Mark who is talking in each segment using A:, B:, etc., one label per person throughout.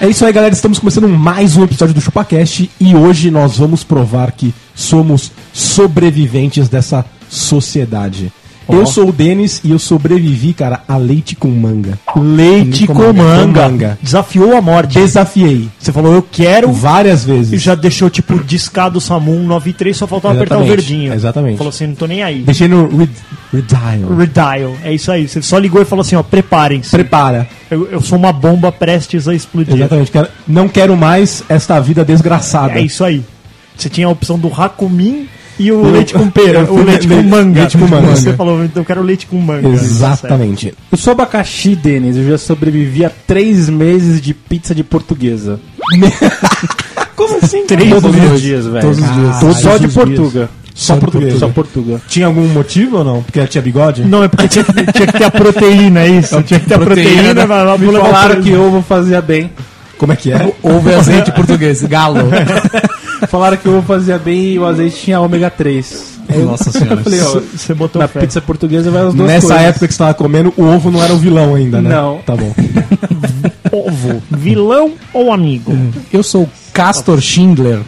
A: É isso aí, galera. Estamos começando mais um episódio do ChupaCast e hoje nós vamos provar que somos sobreviventes dessa sociedade. Eu sou o Denis e eu sobrevivi, cara, a leite com manga.
B: Leite com manga.
A: manga.
B: Desafiou a morte.
A: Desafiei
B: Você falou, eu quero.
A: várias
B: E
A: vezes.
B: já deixou, tipo, discado o Samu 93, só faltava apertar o
A: Exatamente,
B: verdinho.
A: exatamente.
B: Falou assim, não tô nem aí.
A: Deixei no red- redial.
B: Redial. É isso aí. Você só ligou e falou assim, ó, preparem-se.
A: Prepara.
B: eu, eu sou uma bomba prestes a explodir.
A: Exatamente. cara. Não quero mais esta vida desgraçada.
B: É isso aí. Você tinha a opção do Hakumin e o
A: Eu-
B: leite com pera.
A: eu
B: o
A: fui
B: leite
A: le-
B: com manga.
A: leite com manga.
B: Você falou, então eu quero leite com manga.
A: Exatamente.
C: Eu sou abacaxi, Denis. Eu já sobrevivi a três meses de pizza de portuguesa. Como assim?
B: Três
C: Todos
A: meses?
C: os dias, velho.
A: Todos os dias.
C: Caralho.
A: Todos
C: Só
A: os
C: de
A: dias.
C: Portuga.
A: Só
C: de
A: portuguesa.
C: Só Portuga.
A: Tinha algum motivo ou não? Porque ela tinha bigode?
B: Não, é porque tinha, que- tinha que ter a proteína, é isso? Tinha que ter a
A: né?
B: proteína, mas mas
C: Me
B: vou levar
C: falaram
B: pra-
C: que ovo fazia bem.
A: Como é que é?
D: Ovo é azeite português, galo.
C: Falaram que ovo fazia bem e o azeite tinha ômega 3.
D: Nossa senhora.
C: Eu falei, ó,
B: Você botou
C: na
B: fé.
C: pizza portuguesa vai as duas
A: Nessa
C: coisas.
A: época que você tava comendo, o ovo não era o vilão ainda, né?
C: Não.
A: Tá bom.
B: Ovo, vilão ou amigo?
D: Eu sou Castor Schindler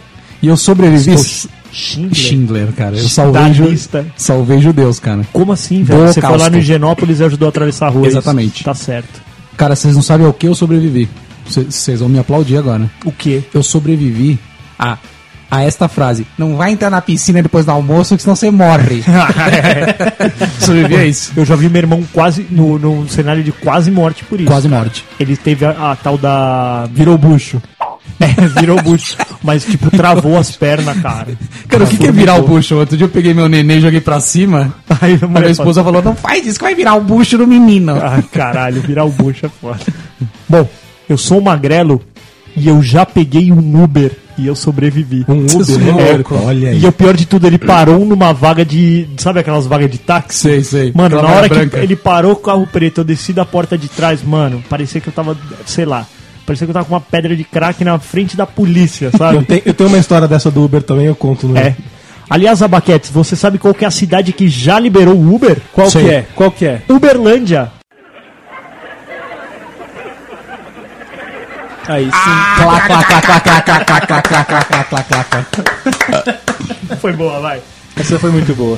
D: e eu sobrevivi.
B: Schindler.
D: Schindler, cara. Eu salvei, ju...
B: Darwinista.
D: salvei judeus, cara.
B: Como assim, velho?
D: Do
B: Você foi lá
D: Holocausto.
B: no Higienópolis e ajudou a atravessar a rua.
D: Exatamente.
B: Isso Tá certo.
D: Cara, vocês não sabem ao que eu sobrevivi. Vocês vocês vão me aplaudir agora.
B: O quê?
D: Eu sobrevivi a, a esta frase: Não vai entrar na piscina depois do almoço, que senão você morre. sobrevivi a isso.
B: Eu já vi meu irmão quase no, num cenário de quase morte por isso.
D: Quase morte.
B: Ele teve a, a tal da.
A: Virou bucho.
B: É, virou bucho. Mas, tipo, travou as pernas, cara.
D: Cara, o que, que é virar o bucho? Outro dia eu peguei meu neném e joguei pra cima.
B: Aí a
D: Aí
B: mulher
D: minha esposa falou: Não faz isso que vai virar o bucho do menino.
B: fala, Ah, caralho, virar o bucho é foda. Bom, eu sou um magrelo e eu já peguei um Uber e eu sobrevivi.
A: Um Uber, né?
B: louco.
A: Olha aí.
B: E o pior de tudo, ele parou numa vaga de. Sabe aquelas vagas de táxi?
D: Sei, sei.
B: Mano,
D: Aquela
B: na
D: vaga
B: hora que
D: branca.
B: ele parou com o carro preto, eu desci da porta de trás, mano. Parecia que eu tava, sei lá. Parecia que eu tava com uma pedra de crack na frente da polícia,
A: Eu
B: sabe?
A: tenho, eu tenho uma história dessa do Uber também, eu conto no.
B: é. Aliás, Abaquete, você sabe qual que é a cidade que já liberou o Uber? Qual
C: Qual que é? Qual que é?
B: Uberlândia.
C: Aí sim.
D: Clá, clá, clá, clá, clá, clá, clá, clá, clá, clá, clá, clá, clá, clá.
B: Foi boa, vai.
C: Essa foi muito boa.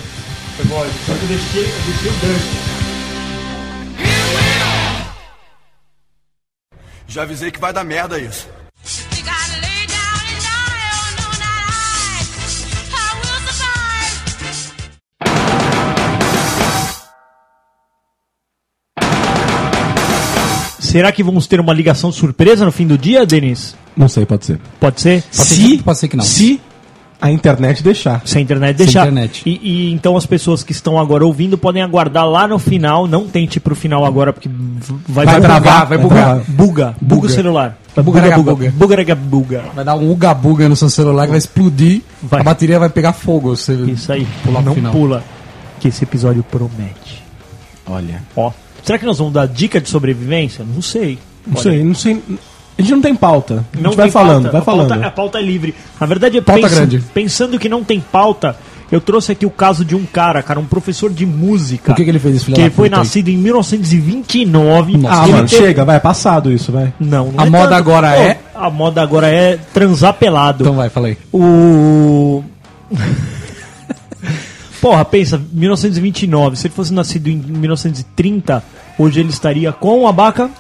B: Foi boa. Só que eu deixei, eu deixei o gancho.
E: Já avisei que vai dar merda isso.
F: You gotta lay down and die or no, not I. I will survive.
B: Será que vamos ter uma ligação surpresa no fim do dia, Denis?
A: Não sei, pode ser.
B: Pode ser?
D: Se- pode ser que não.
A: Se a internet deixar.
B: Sem internet deixar.
D: internet.
B: E, e então as pessoas que estão agora ouvindo podem aguardar lá no final. Não tente ir pro final agora, porque v- vai,
D: Vai
B: bugar.
D: travar, vai bugar.
B: Buga. Buga. Buga o celular. Vai bugar,
D: Bugaragabuga.
B: buga. Buga, buga.
D: Vai dar um uga-buga no seu celular que vai explodir.
B: Vai.
D: A bateria vai pegar fogo. Você...
B: Isso aí.
D: Pular pro
B: não
D: final.
B: pula. Que esse episódio promete.
A: Olha.
B: Ó. Será que nós vamos dar dica de sobrevivência? Não sei.
A: Não sei, não sei. A gente não tem pauta. A gente vai
B: tem
A: falando,
B: pauta.
A: vai
B: A pauta-
A: falando.
B: a pauta é livre. Na verdade, é
D: Pauta grande.
B: pensando que não tem pauta, eu trouxe aqui o caso de um cara, cara, um professor de música.
D: Por que que ele fez isso, filho
B: Que
D: da
B: ele foi
D: puta aí?
B: nascido em 1929.
A: Ah,
B: Ele
A: mano,
B: teve-
A: chega, vai, é passado isso, vai.
B: Não, não
D: A moda agora
B: Pô,
D: é-
B: A moda agora é transar pelado.
D: Então vai, fala aí.
B: O. Porra, pensa, 1929. Se ele fosse nascido em 1930, hoje ele estaria com a Baca.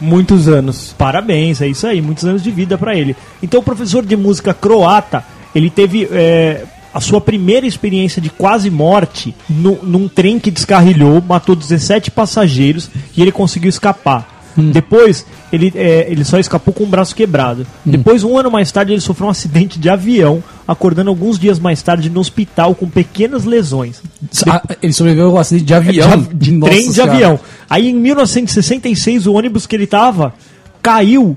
C: Muitos anos.
B: Parabéns, é isso aí, muitos anos de vida pra ele. Então, o professor de música croata, ele teve é, a sua primeira experiência de quase morte no- num trem que descarrilhou, matou 17 passageiros e ele conseguiu escapar. Hum. Depois, ele, é, ele só escapou com o braço quebrado.
D: Hum.
B: Depois, um ano mais tarde, ele sofreu um acidente de avião, acordando alguns dias mais tarde no hospital com pequenas lesões.
D: Ah, ele sobreviveu ao acidente é um de
B: De
D: avião.
B: av- de
D: Nossa
B: trem de
D: senhora.
B: avião. Aí em 1966 o ônibus que ele tava caiu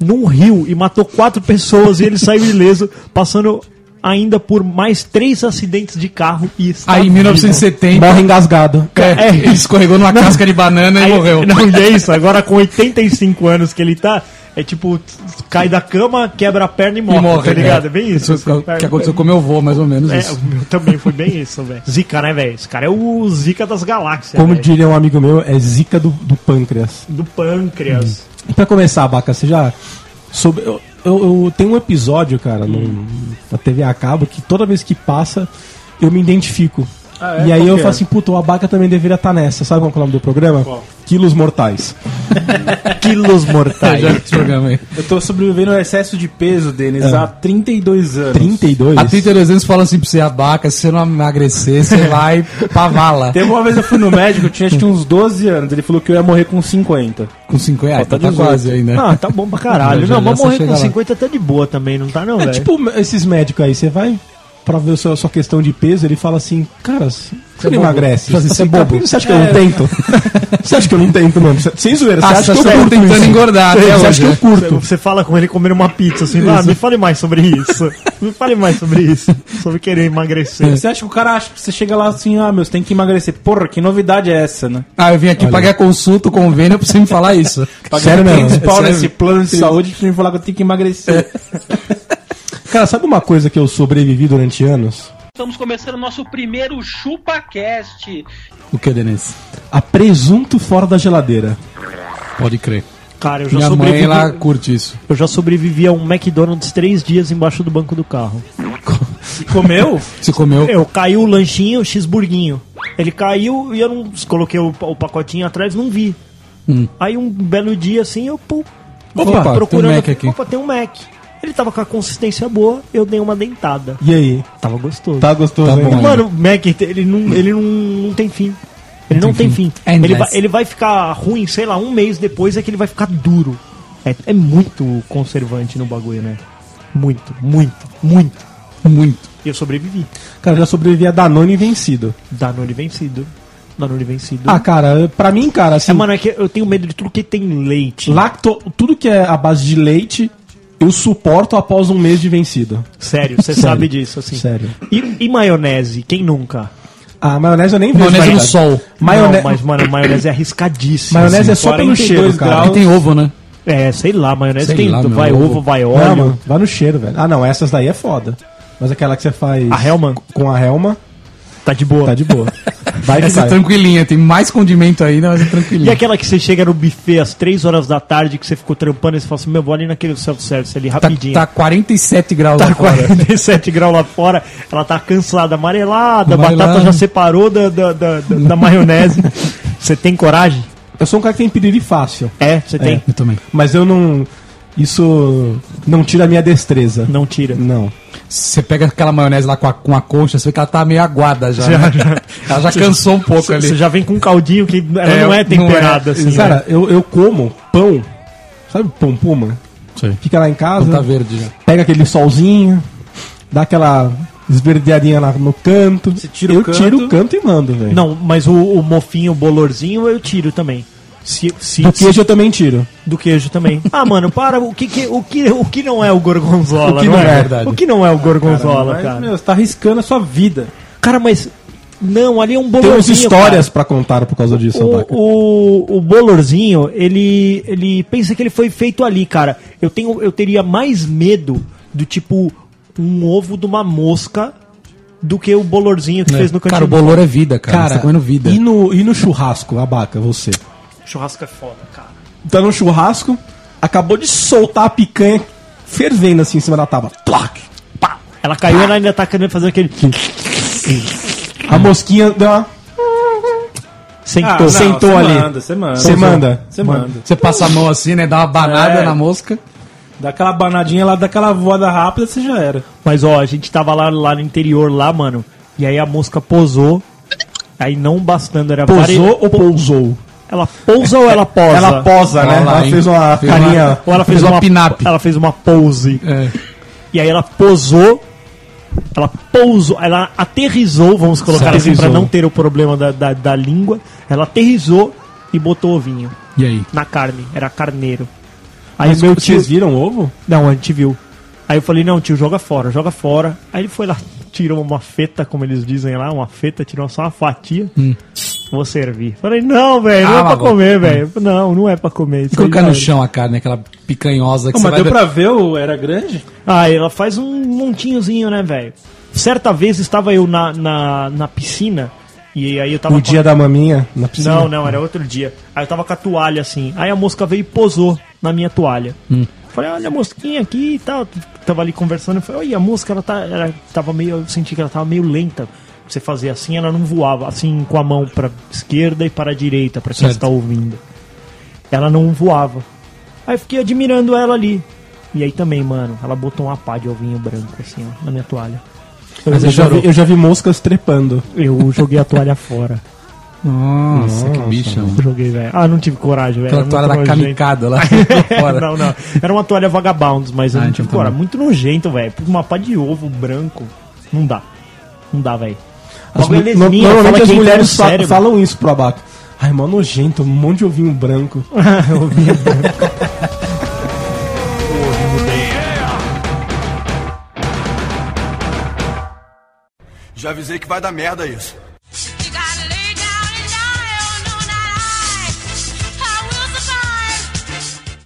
B: num rio e matou quatro pessoas e ele saiu ileso, passando ainda por mais três acidentes de carro e está
D: Aí em
B: vivo.
D: 1970.
A: Morre engasgado.
D: é,
B: é.
D: Ele escorregou numa casca de banana e
B: Aí-
D: morreu.
B: Não, e é isso. Agora com 85 anos que ele tá, é tipo, cai da cama, quebra a perna e morre, tá ligado? É bem isso.
D: né? Isso que aconteceu com meu avô, mais ou menos
B: É,
D: isso.
B: o meu também foi bem isso, velho. Zica, né, velho? Esse cara é o Zica das galáxias.
A: Como
B: velho.
A: diria um amigo meu, é zica do, do pâncreas.
B: Do
D: Hum.
B: pâncreas.
A: E Pra começar, Baca, você já. Soube, eu, eu, eu tenho um episódio, cara, no,
D: Hum.
A: na TV a cabo, que toda vez que passa, eu me identifico.
C: Ah, é?
A: E aí
C: Qual
A: eu
C: que
A: falo
C: é?
A: assim, puta, o Abaca também deveria estar nessa. Sabe qual que é o nome do programa? Quilos Mortais.
B: Quilos
D: Tá,
B: mortais.
D: já esse programa aí.
C: Eu tô sobrevivendo ao excesso de peso, Denis,
A: É.
C: há 32 anos.
A: 32?
D: A 32 anos fala assim pra você, abaca, se você não emagrecer, você vai pra vala.
C: Teve uma vez eu fui no médico, eu tinha acho que uns 12 anos. Ele falou que eu ia morrer com 50.
D: Com 50,
C: Falta
D: tá, tá
C: 18.
D: quase aí, né?
B: Ah, tá bom pra caralho.
D: Já,
B: Não,
D: já
B: mas
D: só
B: morrer
D: chega
B: com
D: lá.
B: 50 tá de boa também, não tá não,
A: É
B: velho?
A: tipo esses médicos aí, você vai pra ver a sua, sua questão de peso, ele fala assim, cara, você não emagrece.
D: Fala assim,
A: Você
D: "Você é
A: fala,
D: bobo."
A: Você acha que eu não tento? você acha que eu não tento mesmo? Você- Sem zoeira,
D: Ah,
A: você acha
D: você
A: que
D: tá
A: eu curto
D: tentando
A: isso?
D: engordar até
A: Você
D: hoje,
A: acha que eu
D: né?
A: curto?
B: Você fala com ele comendo uma pizza, assim, ah, me fale mais sobre isso. Me fale mais sobre isso. Sobre querer emagrecer.
D: É.
C: Você acha que o cara acha que você chega lá assim, ah, meu, você tem que emagrecer. Porra, que novidade é essa, né?
D: Ah, eu vim aqui pagar consulta, o convênio, eu preciso me falar isso.
A: Sério mesmo?
D: É
C: Pau
D: sério.
C: nesse plano de saúde pra me falar que eu tenho que emagrecer.
A: É. Cara, sabe uma coisa que eu sobrevivi durante anos?
G: Estamos começando o nosso primeiro ChupaCast.
D: O que, Denise?
A: A presunto fora da geladeira.
D: Pode crer.
B: Cara, eu já
D: Minha
B: sobrevivi.
D: mãe, ela curte isso.
B: Eu já sobrevivi a um McDonald's três dias embaixo do banco do carro.
C: Comeu?
D: Se comeu...
B: Eu caiu o lanchinho, o cheeseburguinho. Ele caiu e eu não coloquei o, pa- o pacotinho atrás, não vi. Aí um belo dia assim, eu pum,
D: Hum. Opa, tem um
B: procurando.
D: Mac aqui.
B: Opa, tem um Mac. Ele tava com a consistência boa, eu dei uma dentada.
A: E aí?
B: Tava gostoso.
A: Tá gostoso
D: Tá
A: ainda?
D: bom.
B: Mano, o Mac, ele não, ele não, não tem fim. Ele não tem fim.
D: É
B: Ele,
D: nice.
B: vai, ele vai ficar ruim, sei lá, um mês depois é que ele vai ficar duro. É, é muito conservante no bagulho, né? Muito, muito, muito.
D: Muito.
B: E eu sobrevivi.
A: Cara, eu já sobrevivi a Danone vencido.
B: Danone vencido. Danone vencido.
A: Ah, cara, pra mim, cara, assim,
B: é, mano, é que eu tenho medo de tudo que tem leite.
A: lacto... tudo que é a base de leite, eu suporto após um mês de vencido.
B: Sério, você
A: Sério.
B: sabe disso, assim.
A: Sério.
B: E, e maionese? Quem nunca?
A: A Ah, maionese eu nem vejo.
D: Maionese no
A: qualidade.
D: é sol.
A: Maionese...
B: Não, mas, mano, maionese é arriscadíssima.
A: Maionese é
B: assim.
A: só pelo
C: 42
A: cheiro, cara.
C: graus.
D: E tem ovo, né?
B: É, sei lá, maionese
D: Sei
B: tem.
D: lá, meu,
B: vai
D: ovo.
B: ovo, vai
A: Não,
B: óleo.
A: mano, vai no cheiro, velho. Ah, não, essas daí é foda. Mas aquela que você faz
B: A Hellman?
A: com a Helma,
B: Tá de boa.
A: tá de boa. Vai que
D: Essa é
A: vai.
D: tranquilinha, tem mais condimento ainda, mas é
B: E
D: tranquilinha.
B: aquela que você chega no buffet às 3 horas da tarde, que você ficou trampando e você fala assim, meu, vou ali naquele self-service ali
D: Tá,
B: rapidinho.
D: tá 47 graus lá fora.
B: 47 graus lá fora, ela tá cansada, amarelada, a batata
D: Amarelada.
B: já separou da, da, da, da- da maionese. Você tem coragem?
A: Eu sou um cara que tem piriri fácil.
B: É, você tem.
D: Eu também.
A: Mas eu não. Isso não tira a minha destreza.
B: Não tira.
A: Não.
D: Você pega aquela maionese lá com a, com a concha, você vê que ela tá meio aguada já. né? Ela já cansou um pouco ali.
B: Você já vem com um caldinho que ela
D: É,
B: não
D: não
B: é
D: é,
B: temperada, assim. né?
A: Cara, eu, eu como pão. Sabe pão puma?
D: Sei.
A: Fica lá em
D: Então
A: casa,
D: tá verde já.
A: pega aquele solzinho, dá aquela esverdeadinha lá no canto.
C: tira o
A: eu
C: canto.
A: tiro o canto e mando, velho.
B: Não, mas o, o mofinho, o bolorzinho, eu tiro também. Se, se,
A: Do
B: se-
A: queijo eu também tiro.
B: do queijo também. Ah, mano, para, o que, que- o que, o que não é o gorgonzola,
D: O que não é verdade.
B: O que não é o gorgonzola,
C: Mas,
B: cara?
C: meu, você tá arriscando a sua vida.
B: Cara, mas. Não, ali é um
A: Temos
B: bolorzinho.
A: histórias pra contar por causa disso,
B: cara. O,
A: Abaca.
B: o, o bolorzinho, ele, ele pensa que ele foi feito ali, cara. Eu, tenho, eu teria mais medo do tipo um ovo de uma mosca do que o bolorzinho que fez no cantinho.
D: Cara, o bolor é vida, cara.
A: Cara,
D: você tá comendo vida.
A: E no, e no churrasco, abaca, você?
B: Churrasco é foda, cara.
A: Tá no churrasco, acabou de soltar a picanha fervendo assim em cima da tábua. Tlac!
B: Ela caiu, ela ainda tá querendo fazer aquele.
A: A mosquinha deu uma.
B: Sentou.
A: não, você manda,
C: Manda, Ah, você manda.
A: Então, Você manda?
C: Você manda.
D: Você passa a mão assim, né? Dá uma banada
C: É.
D: na mosca.
C: Dá aquela banadinha lá, dá aquela voada rápida, você já era.
B: Mas ó, a gente tava lá, lá no interior, lá, mano. E aí a mosca posou. Aí não bastando, era
A: Posou ou pousou?
B: Ela pousa ou ela posa?
A: Ela posa, né?
D: Olha lá,
A: ela
D: hein?
A: fez uma
D: Fez
A: carinha.
D: uma-
B: Ou ela fez,
D: Fez uma
B: uma
D: pin-up.
B: Ela fez uma pose.
D: É.
B: E aí ela posou. Ela pousou, ela aterrizou, vamos colocar assim pra
A: Aterrizou.
B: não ter o problema da, da, da língua. Ela aterrizou e botou ovinho
D: E aí?
B: na carne, era carneiro. Aí
A: Mas
B: meu tio.
A: vocês viram o ovo?
B: Não, a gente viu. Aí eu falei, não, tio, joga fora, joga fora. Aí ele foi lá, tirou uma feta, como eles dizem lá, uma feta, tirou só uma fatia.
D: Hum.
B: Vou servir. Falei, não, velho, não é pra
D: Amago.
B: comer, velho. Não, não é pra comer. isso
D: E colocar
B: aí
D: no
B: já
D: chão Hum. a carne, aquela picanhosa que
C: Não,
D: você
C: mas
D: vai...
C: deu pra ver o Era Grande?
B: Ah, ela faz um montinhozinho, né, velho? Certa vez estava eu na, na, na piscina e aí eu tava.
A: O
B: com-
A: dia da maminha na piscina?
B: Não, não, era outro dia. Aí eu tava com a toalha assim. Aí a mosca veio e posou na minha toalha.
D: Hum.
B: Falei, olha a mosquinha aqui e tal. Tava ali conversando. Eu Falei, olha, a mosca, ela, tá, ela tava meio. Eu senti que ela tava meio lenta. Você fazia assim, ela não voava. Assim, com a mão pra esquerda e para a direita, pra quem
D: Certo.
B: está ouvindo. Ela não voava. Aí eu fiquei admirando ela ali. E aí também, mano, ela botou uma pá de ovinho branco assim, ó, na minha toalha.
A: Eu, já vi, eu já vi moscas trepando.
B: Eu joguei a toalha fora.
D: Nossa, que bicho. mano.
B: Eu Joguei, velho. Ah, não tive coragem, velho.
D: Aquela
B: Era
D: toalha da
B: muito nojento.
D: kamikada lá. fora.
B: não, não. Era uma toalha vagabundos, mas eu
D: Ah,
B: não
D: então
B: tive
D: tá
B: coragem.
D: bom.
B: Muito nojento, velho. Por Uma pá de ovo branco. Não dá. Não dá, velho.
A: As
B: Logo
A: mu-
B: eles
A: no-
B: minham, fala
A: normalmente
B: que
A: as
B: entra no
A: mulheres fa-
B: cérebro.
A: falam isso pro abaco. Ai, mó nojento, um monte de ovinho branco.
E: Já avisei que vai dar merda isso.
F: You gotta lay down and die. Oh no, not I. I will survive.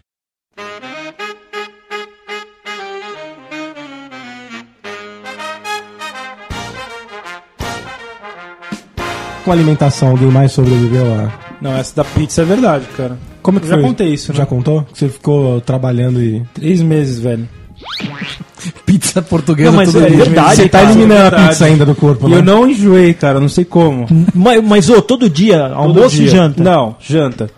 A: Com alimentação, alguém mais sobreviveu a...
C: Não, essa da pizza é verdade, cara.
A: Como é que
C: Já
A: foi?
C: contei isso, né?
A: Já contou? Que Você ficou trabalhando e...
C: Três meses, velho.
D: Pizza portuguesa
C: Não, mas
D: tudo
C: é
D: isso.
C: verdade.
A: Você tá
C: cara,
A: eliminando a
C: verdade.
A: pizza ainda do corpo,
C: E
A: né?
C: eu não enjoei, cara, não sei como.
B: Mas, mas ô, todo dia,
C: Todo
B: almoço
C: dia.
B: e janta.
C: Não, janta.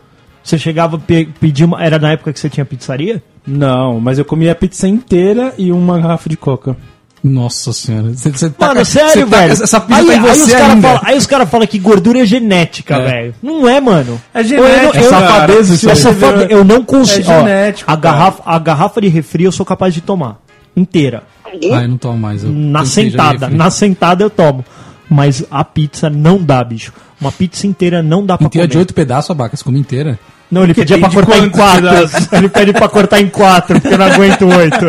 B: Você chegava pe pedir uma. Era na época que você tinha pizzaria?
C: Não, mas eu comi a pizza inteira e uma garrafa de coca.
D: Nossa senhora. Você, você taca-
B: Mano, sério,
D: Tá, você taca-
B: velho.
D: Essa pizza
B: aí,
D: tá em
B: aí os
D: você
B: cara
D: ainda.
B: fala, aí os caras falam que gordura é genética,
D: É.
B: velho. Não é, mano.
C: É genético,
B: Eu, eu,
C: cara.
B: safadeza isso
C: É
B: aí. safade- eu não consigo.
C: É
B: ó,
C: genético,
B: a,
C: cara.
B: garrafa, a garrafa de refri eu sou capaz de tomar. Inteira.
D: Ah, eu não tomo mais. eu
B: Na
D: cansei, já me
B: sentada,
D: refri.
B: na sentada eu tomo. Mas a pizza não dá, bicho. Uma pizza inteira não dá pra
D: Inteira de
B: comer.
D: oito pedaços, abaca. Você come inteira.
B: Não, ele pedia pra
C: de
B: cortar em
C: quantos
B: quatro. Ele pede pra cortar em quatro, porque eu não aguento oito,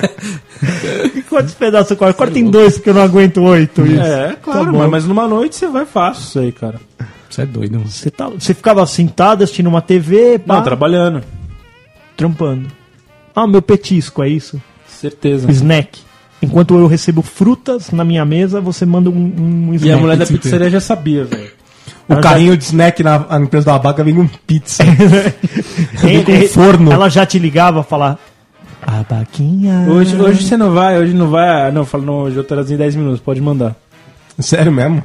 B: é. E Quantos pedaços eu corto? Corta em dois, porque eu não aguento oito. Isso.
C: É, claro,
B: bom.
C: mas, mas numa noite você vai fácil isso aí, cara.
D: Você é doido, mano.
B: Você, tá, você ficava sentado assistindo uma TV, pá,
C: Não, trabalhando.
B: trampando. Ah, meu petisco, é isso?
C: Certeza.
B: Snack. Enquanto eu recebo frutas na minha mesa, você manda um, um
C: E a
B: snack.
C: mulher da
D: pizza
C: pizzaria já sabia, velho.
A: O carrinho de snack na, na empresa da abaca vem com pizza.
B: É. Ele-
A: com
B: ele-
A: forno.
B: Ela já te ligava falar. A baquinha.
C: Hoje, hoje você não vai, hoje não vai. Ah, Não, fala, não, hoje eu trazi em 10 minutos, pode mandar.
A: Sério mesmo?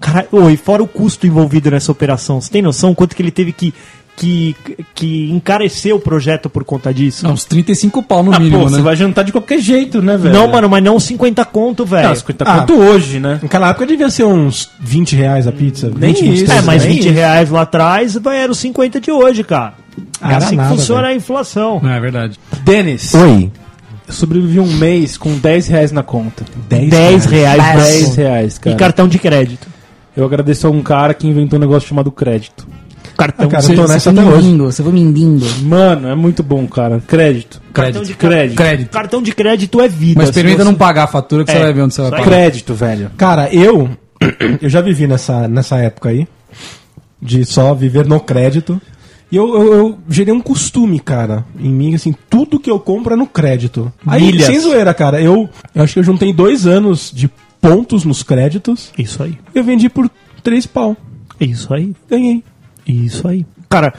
B: Cara, ô, e fora o custo envolvido nessa operação, você tem noção quanto que ele teve que, que, que encarecer o projeto por conta disso?
D: Não, é uns 35 pau no
C: Ah,
D: mínimo,
C: pô,
D: né?
C: você vai jantar de qualquer jeito, né, velho?
B: Não, mano, mas não 50 conto, velho.
C: Não, 50
A: Ah.
C: quanto hoje, né?
A: Naquela época devia ser uns 20 reais a pizza.
C: Nem
A: 20, uns
C: isso,
A: 30,
B: É, mas
A: né?
B: 20 reais lá atrás vai- era os 50 de hoje, cara. É
A: Era
B: assim que
A: nada,
B: funciona a inflação.
D: Não, é verdade.
C: Denis,
A: Oi.
C: eu sobrevivi um mês com 10 reais na conta.
B: 10 reais, 10
C: 10
B: reais.
C: reais,
B: E
C: cara.
B: cartão de crédito.
C: Eu agradeço a um cara que inventou um negócio chamado crédito.
B: Cartão,
A: cara,
D: Então Você,
A: eu tô
D: você
A: nessa
D: foi
A: até hoje.
D: mendigo, você foi mendigo.
C: Mano, é muito bom, cara. Crédito.
D: Crédito.
B: de
C: Crédito.
D: Crédito.
B: cartão de crédito é vida.
D: Mas experimenta
B: Se você-
D: não pagar a fatura que
B: É,
D: Então, você vai ver onde você vai
B: isso aí.
D: pagar.
C: Crédito, velho.
A: Cara, eu eu já vivi nessa, nessa época aí, de só viver no crédito. E eu, eu, eu gerei um costume, cara, em mim, assim, tudo que eu compro é no crédito. Aí,
B: Milhas.
A: sem zoeira, cara, eu, eu acho que eu juntei dois anos de pontos nos créditos
B: Isso aí.
A: eu vendi por três pau.
B: Isso aí.
A: Ganhei.
B: Isso aí. Cara,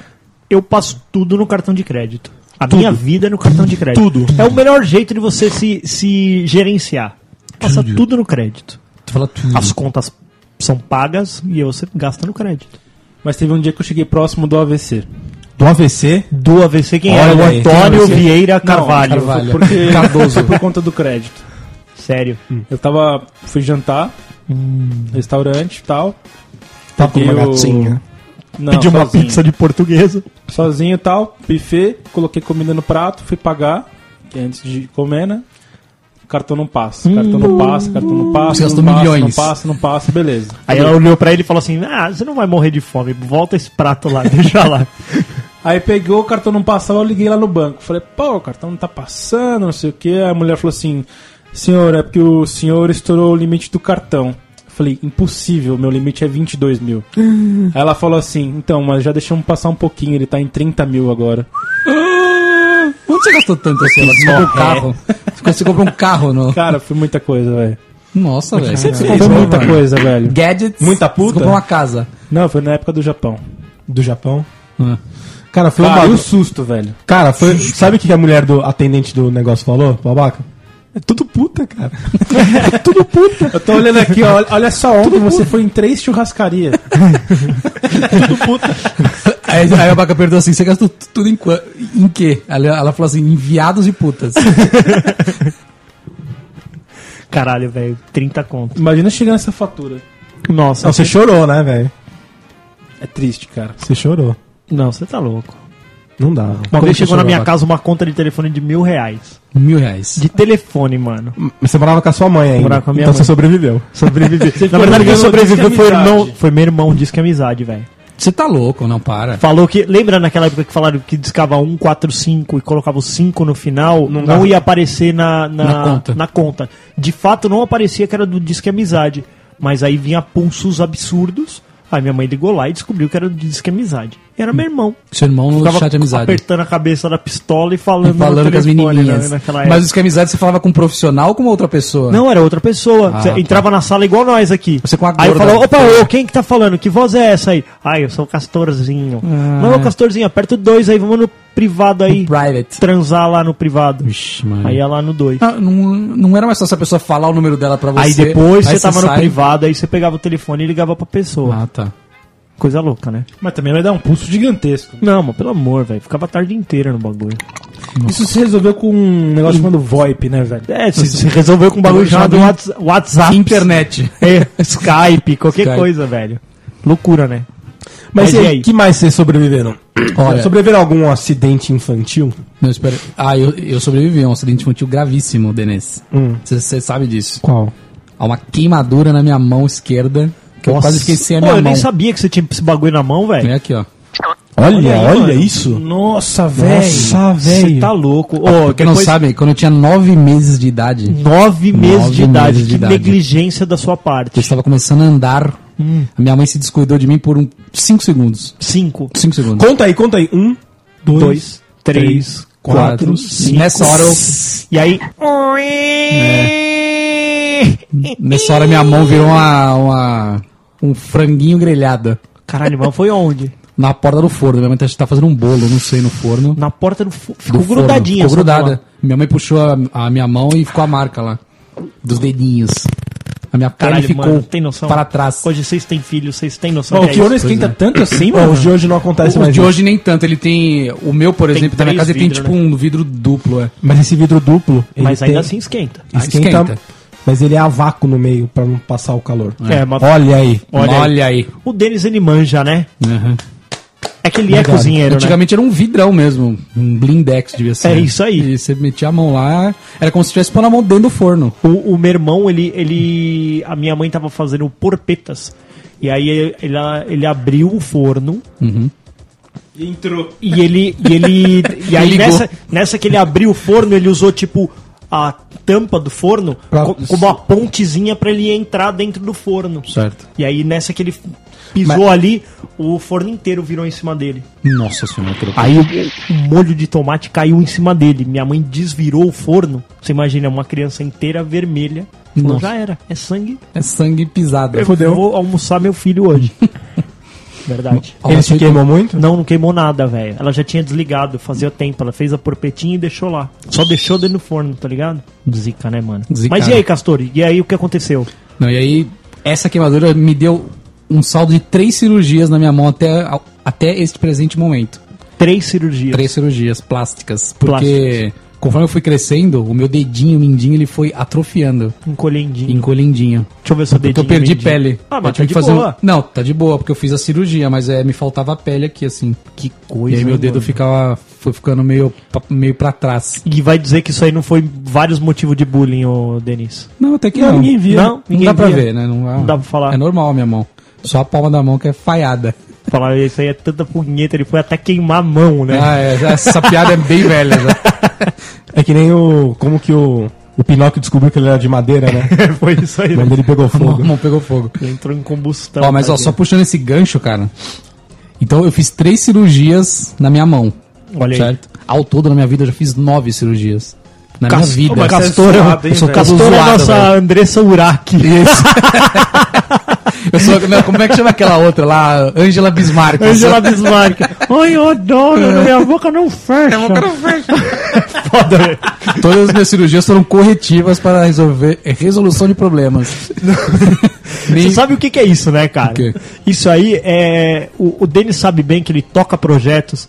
B: eu passo tudo no cartão de crédito. A minha vida é no cartão de crédito.
A: Tudo.
B: É o melhor jeito de você se, se gerenciar. Passa tudo no crédito.
D: Tu fala tudo.
B: As contas são pagas e você gasta no crédito.
C: Mas teve um dia que eu cheguei próximo do AVC.
A: Do AVC?
B: Do AVC quem
A: Olha
B: era? O
A: aí,
B: Antônio
A: quem é você?
B: Vieira Carvalho.
C: Não, foi
D: Carvalho.
C: porque
D: Cardoso.
C: foi por conta do crédito.
B: Sério.
C: Eu tava. fui jantar, restaurante e tal.
A: Tá com uma
C: Eu-
A: gatinha.
C: Não,
B: Pediu uma
C: sozinho.
B: pizza de portuguesa.
C: Sozinho e tal, buffet, coloquei comida no prato, fui pagar, que é antes de comer, né? Cartão não passa, cartão não passa, cartão não passa,
D: Você
C: não
D: gastou
C: passa, não
D: milhões.
C: passa, não passa, beleza.
B: Aí ela olhou pra ele e falou assim: Ah, você não vai morrer de fome, volta esse prato lá, deixa lá.
C: Aí pegou, o cartão não passava, eu liguei lá no banco. Falei, pô, o cartão não tá passando, não sei o que. A mulher falou assim, senhor, é porque o senhor estourou o limite do cartão. Eu Falei, impossível, meu limite é 22 mil. Aí ela falou assim, então, mas já deixamos passar um pouquinho, ele tá em 30 mil agora.
D: Onde você gastou tanto assim? Ela comprou um carro. Você comprou um carro no.
C: Cara, foi muita coisa, velho.
D: Nossa, velho. Você um
C: Foi muita coisa, velho.
D: Gadgets.
A: Muita puta?
D: Comprou uma casa.
C: Não, foi na época do Japão.
A: Do Japão.
D: Ah.
A: Cara, foi um
C: Cara, e o
A: bagulho.
C: susto, velho.
A: Cara, foi. Sabe o que a mulher do atendente do negócio falou, babaca? É tudo puta, cara. é tudo puta.
C: Eu tô olhando aqui, ó, olha só ontem você foi em três churrascarias.
D: Aí, aí a Baca perguntou assim: você gastou tu- tudo em, qua- em quê? Ela, ela falou assim: enviados e putas.
B: Caralho, velho, 30 conto.
C: Imagina chegar nessa fatura.
B: Nossa,
A: Não, você chorou, né, velho?
C: É triste, cara.
A: Você chorou.
B: não, você tá louco.
A: Não dá.
B: Uma
D: Como
B: vez
D: que
B: chegou na
D: chegou,
B: minha
D: Baco?
B: casa uma conta de telefone de mil reais.
D: Mil reais.
B: De telefone, mano.
A: Mas Você morava com a sua mãe ainda.
B: Morava com a minha
A: então
B: mãe.
A: você sobreviveu.
B: Sobreviver. na verdade, quem
C: brincando,
B: sobreviveu
C: disse que
B: foi, o
C: amizade.
B: irmão, foi meu irmão, disse que é amizade, velho.
D: Você tá louco, não para.
B: Falou que. Lembra naquela época que falaram que discava 1, 4, 5 e colocava o 5 no final? Não,
C: dava.
B: ia aparecer na, na,
D: Na
B: na
D: conta.
B: conta. De fato, não aparecia que era do Disque Amizade. Mas aí vinha pulsos absurdos. Aí minha mãe ligou lá e descobriu que era do Disque Amizade. E era meu irmão.
D: Seu irmão no
B: Ficava
D: chat de amizade.
B: apertando a cabeça da pistola e falando, no
D: Falando com as
B: telefone,
D: menininhas.
B: né, naquela época.
D: Mas os que amizade você falava com um profissional ou com uma outra pessoa?
B: Não, era outra pessoa.
D: Ah,
B: Você
D: tá.
B: entrava na sala igual nós aqui.
D: Você com a
B: Aí
D: gorda.
B: falou, opa, ô, quem que tá falando? Que voz é essa aí? Ai, eu sou o Castorzinho. Não, ô, Castorzinho, aperta o 2 aí, vamos no privado aí.
D: um Private.
B: Transar lá no privado.
D: Vixe, mano.
B: Aí é lá no 2.
D: Ah, Não, não era mais só essa pessoa falar o número dela pra você.
B: aí depois você tava no
D: sai.
B: privado, aí você pegava o telefone e ligava pra pessoa.
D: Ah, tá.
B: Coisa louca, né?
C: Mas também vai dar um pulso gigantesco.
B: Não, mas pelo amor, velho. Ficava a tarde inteira no bagulho.
C: Isso se resolveu com um negócio chamado VoIP, né, velho?
B: É, se, se resolveu com um bagulho chamado Whats- WhatsApp.
D: Internet.
B: É, Skype, qualquer
D: Skype.
B: coisa, velho. Loucura, né?
A: Mas,
B: Mas
A: e
B: e
A: aí,
B: aí?
A: que mais vocês sobreviveram?
D: Olha,
A: Sobreviveram a algum acidente infantil?
D: não, espera. Ah, eu, eu sobrevivi a um acidente infantil gravíssimo, Denis. Você você sabe disso.
A: Qual?
D: Há uma queimadura na minha mão esquerda que eu
A: Nossa.
D: quase fiquei sem a
B: Pô,
D: minha
B: eu
D: mão.
B: nem sabia que você tinha esse bagulho na mão, velho.
D: É aqui, ó.
A: Olha, olha,
C: mano.
A: isso.
C: Nossa, É,
A: Nossa,
B: Você
A: velho.
B: tá louco. Ô,
D: Porque não
B: depois-
D: sabem, quando eu tinha nove meses de idade,
B: Nove meses
D: Nove
B: de idade,
D: meses de
B: de
D: idade.
B: negligência da sua
D: eu
B: parte.
D: estava começando a andar. A minha mãe se descuidou de mim por um, cinco segundos.
B: Cinco,
D: Cinco segundos.
A: Conta aí, conta aí. Um, dois,
B: dois, três,
D: Quatro,
B: quatro, cinco.
D: Nessa hora eu-
B: E aí...
D: Nessa hora minha mão virou uma, uma- um franguinho grelhado
B: Caralho, mas foi onde?
D: na porta do forno. Minha mãe tá, tá fazendo um bolo, não sei, no forno.
B: Na porta do... fo- Ficou
D: Do forno.
B: grudadinha.
D: Ficou
B: essa
D: grudada. Minha mãe puxou a, a minha mão e ficou a marca lá. Dos dedinhos. A minha
B: porra.
D: perna
B: Caralho,
D: ficou
B: mano, tem noção?
D: para trás.
B: Hoje vocês têm filho, vocês têm noção
C: Pô,
B: do
C: o
B: que é
C: forno
B: isso?
C: esquenta tanto assim,
A: Bom,
C: mano?
A: os de hoje não acontece
D: O
A: mais
D: de
A: isso.
D: hoje nem tanto, ele tem. O meu, por
B: Tem
D: exemplo, da minha
B: três né?
D: casa, ele tem
B: vidro,
D: tipo um vidro duplo, é.
A: Mas esse vidro duplo, ele
B: Mas ainda
A: tem-
B: assim esquenta.
D: Ah,
A: esquenta,
D: esquenta.
A: Mas ele é a vácuo no meio pra não passar o calor.
B: É, mas-
A: Olha aí.
D: Olha,
B: Olha
D: aí.
B: O Denis, ele manja, né? É que ele é
A: Obrigado.
B: cozinheiro, né?
D: Antigamente era um vidrão mesmo, um blindex devia ser.
B: É isso aí.
D: E você metia a mão lá, era como se estivesse pondo a mão dentro do forno.
B: O, o meu irmão, ele, ele. A minha mãe tava fazendo porpetas. E aí ele, ele, ele abriu o forno.
C: Entrou.
B: E ele. E, ele, e aí
D: Ligou.
B: nessa, nessa que ele abriu o forno, ele usou tipo. A tampa do forno
A: Pra-
B: co- como uma pontezinha pra ele entrar dentro do forno.
D: Certo.
B: E aí, nessa que ele pisou ali, o forno inteiro virou em cima dele.
D: Nossa senhora, aquilo.
B: Aí o, o molho de tomate caiu em cima dele. Minha mãe desvirou o forno. Você imagina, uma criança inteira vermelha. Falou,
D: Nossa.
B: já era, é sangue
D: É sangue pisado.
B: eu vou almoçar meu filho hoje. Verdade.
D: Olha,
A: Ele se
D: foi-
A: queimou muito?
B: Não, não queimou nada, velho. Ela já tinha desligado, fazia tempo. Ela fez a porpetinha e deixou lá. Só deixou dentro do forno, tá ligado? Zica, né, mano?
D: Zica,
B: Mas e
D: né?
B: aí, Castor? E aí, o que aconteceu?
D: Não, e aí, essa queimadura me deu um saldo de três cirurgias na minha mão até, até este presente momento.
B: Três cirurgias.
D: Três cirurgias plásticas. Porque
B: Plásticas.
D: conforme eu fui crescendo, o meu dedinho, o mindinho, ele foi atrofiando,
A: Hum.
B: Encolhendinho.
D: encolhendinho.
B: Deixa eu ver seu
D: Porque
B: dedinho.
D: eu perdi
B: mindinho.
D: pele.
B: Ah,
D: Eu
B: mas tá
D: tive
B: de
D: que fazer um-
B: boa.
D: Não, tá de boa, porque eu fiz a cirurgia, mas é, me faltava a pele aqui, assim.
B: Que
D: e
B: coisa,
D: aí meu
B: hein,
D: dedo
B: mano?
D: ficava, foi ficando meio, pa- meio pra trás.
B: E vai dizer que isso aí não foi vários motivos de bullying, ô Denis.
D: Não, até que não.
B: Não, ninguém via.
D: Não,
B: Ninguém
D: dá pra
B: via.
D: ver, né? Não,
B: Não dá pra falar.
D: É normal a minha mão. Só a palma da mão que é falhada.
B: Falar isso aí é tanta punheta, ele foi até queimar a mão, né?
D: Ah, é, essa piada é bem velha. já.
A: É que nem o. Como que o, o Pinóquio descobriu que ele era de madeira, né?
D: é.
B: foi isso aí.
A: Quando ele pegou
D: A mão- a
A: fogo.
D: mão pegou fogo.
B: Ele entrou em combustão. tá
D: ó, mas ó, só
B: tadinho.
D: puxando esse gancho, cara. Então eu fiz três cirurgias na minha mão.
B: Olha aí.
D: certo? Ao todo, na minha vida, eu já fiz nove cirurgias. Na
B: Cas-
D: minha vida.
B: Ô,
D: Cara,
B: Castor, um-
C: é zoado, hein,
B: eu sou
C: velho?
B: Castor
D: Castor é
B: é a nossa
D: nossa
B: Andressa Uraki.
D: Isso. eu sou, não, como é que chama aquela outra lá? Angela Bismarck.
B: Angela Bismarck. Ai, eu adoro, minha boca
D: É
B: não fecha. Minha boca não fecha. Foda, velho.
D: Todas as minhas cirurgias foram corretivas para resolver é, resolução de problemas. Nem-
B: Você sabe o que, que é isso, né, cara?
D: O quê?
B: Isso aí é. O, o Denis sabe bem que ele toca projetos.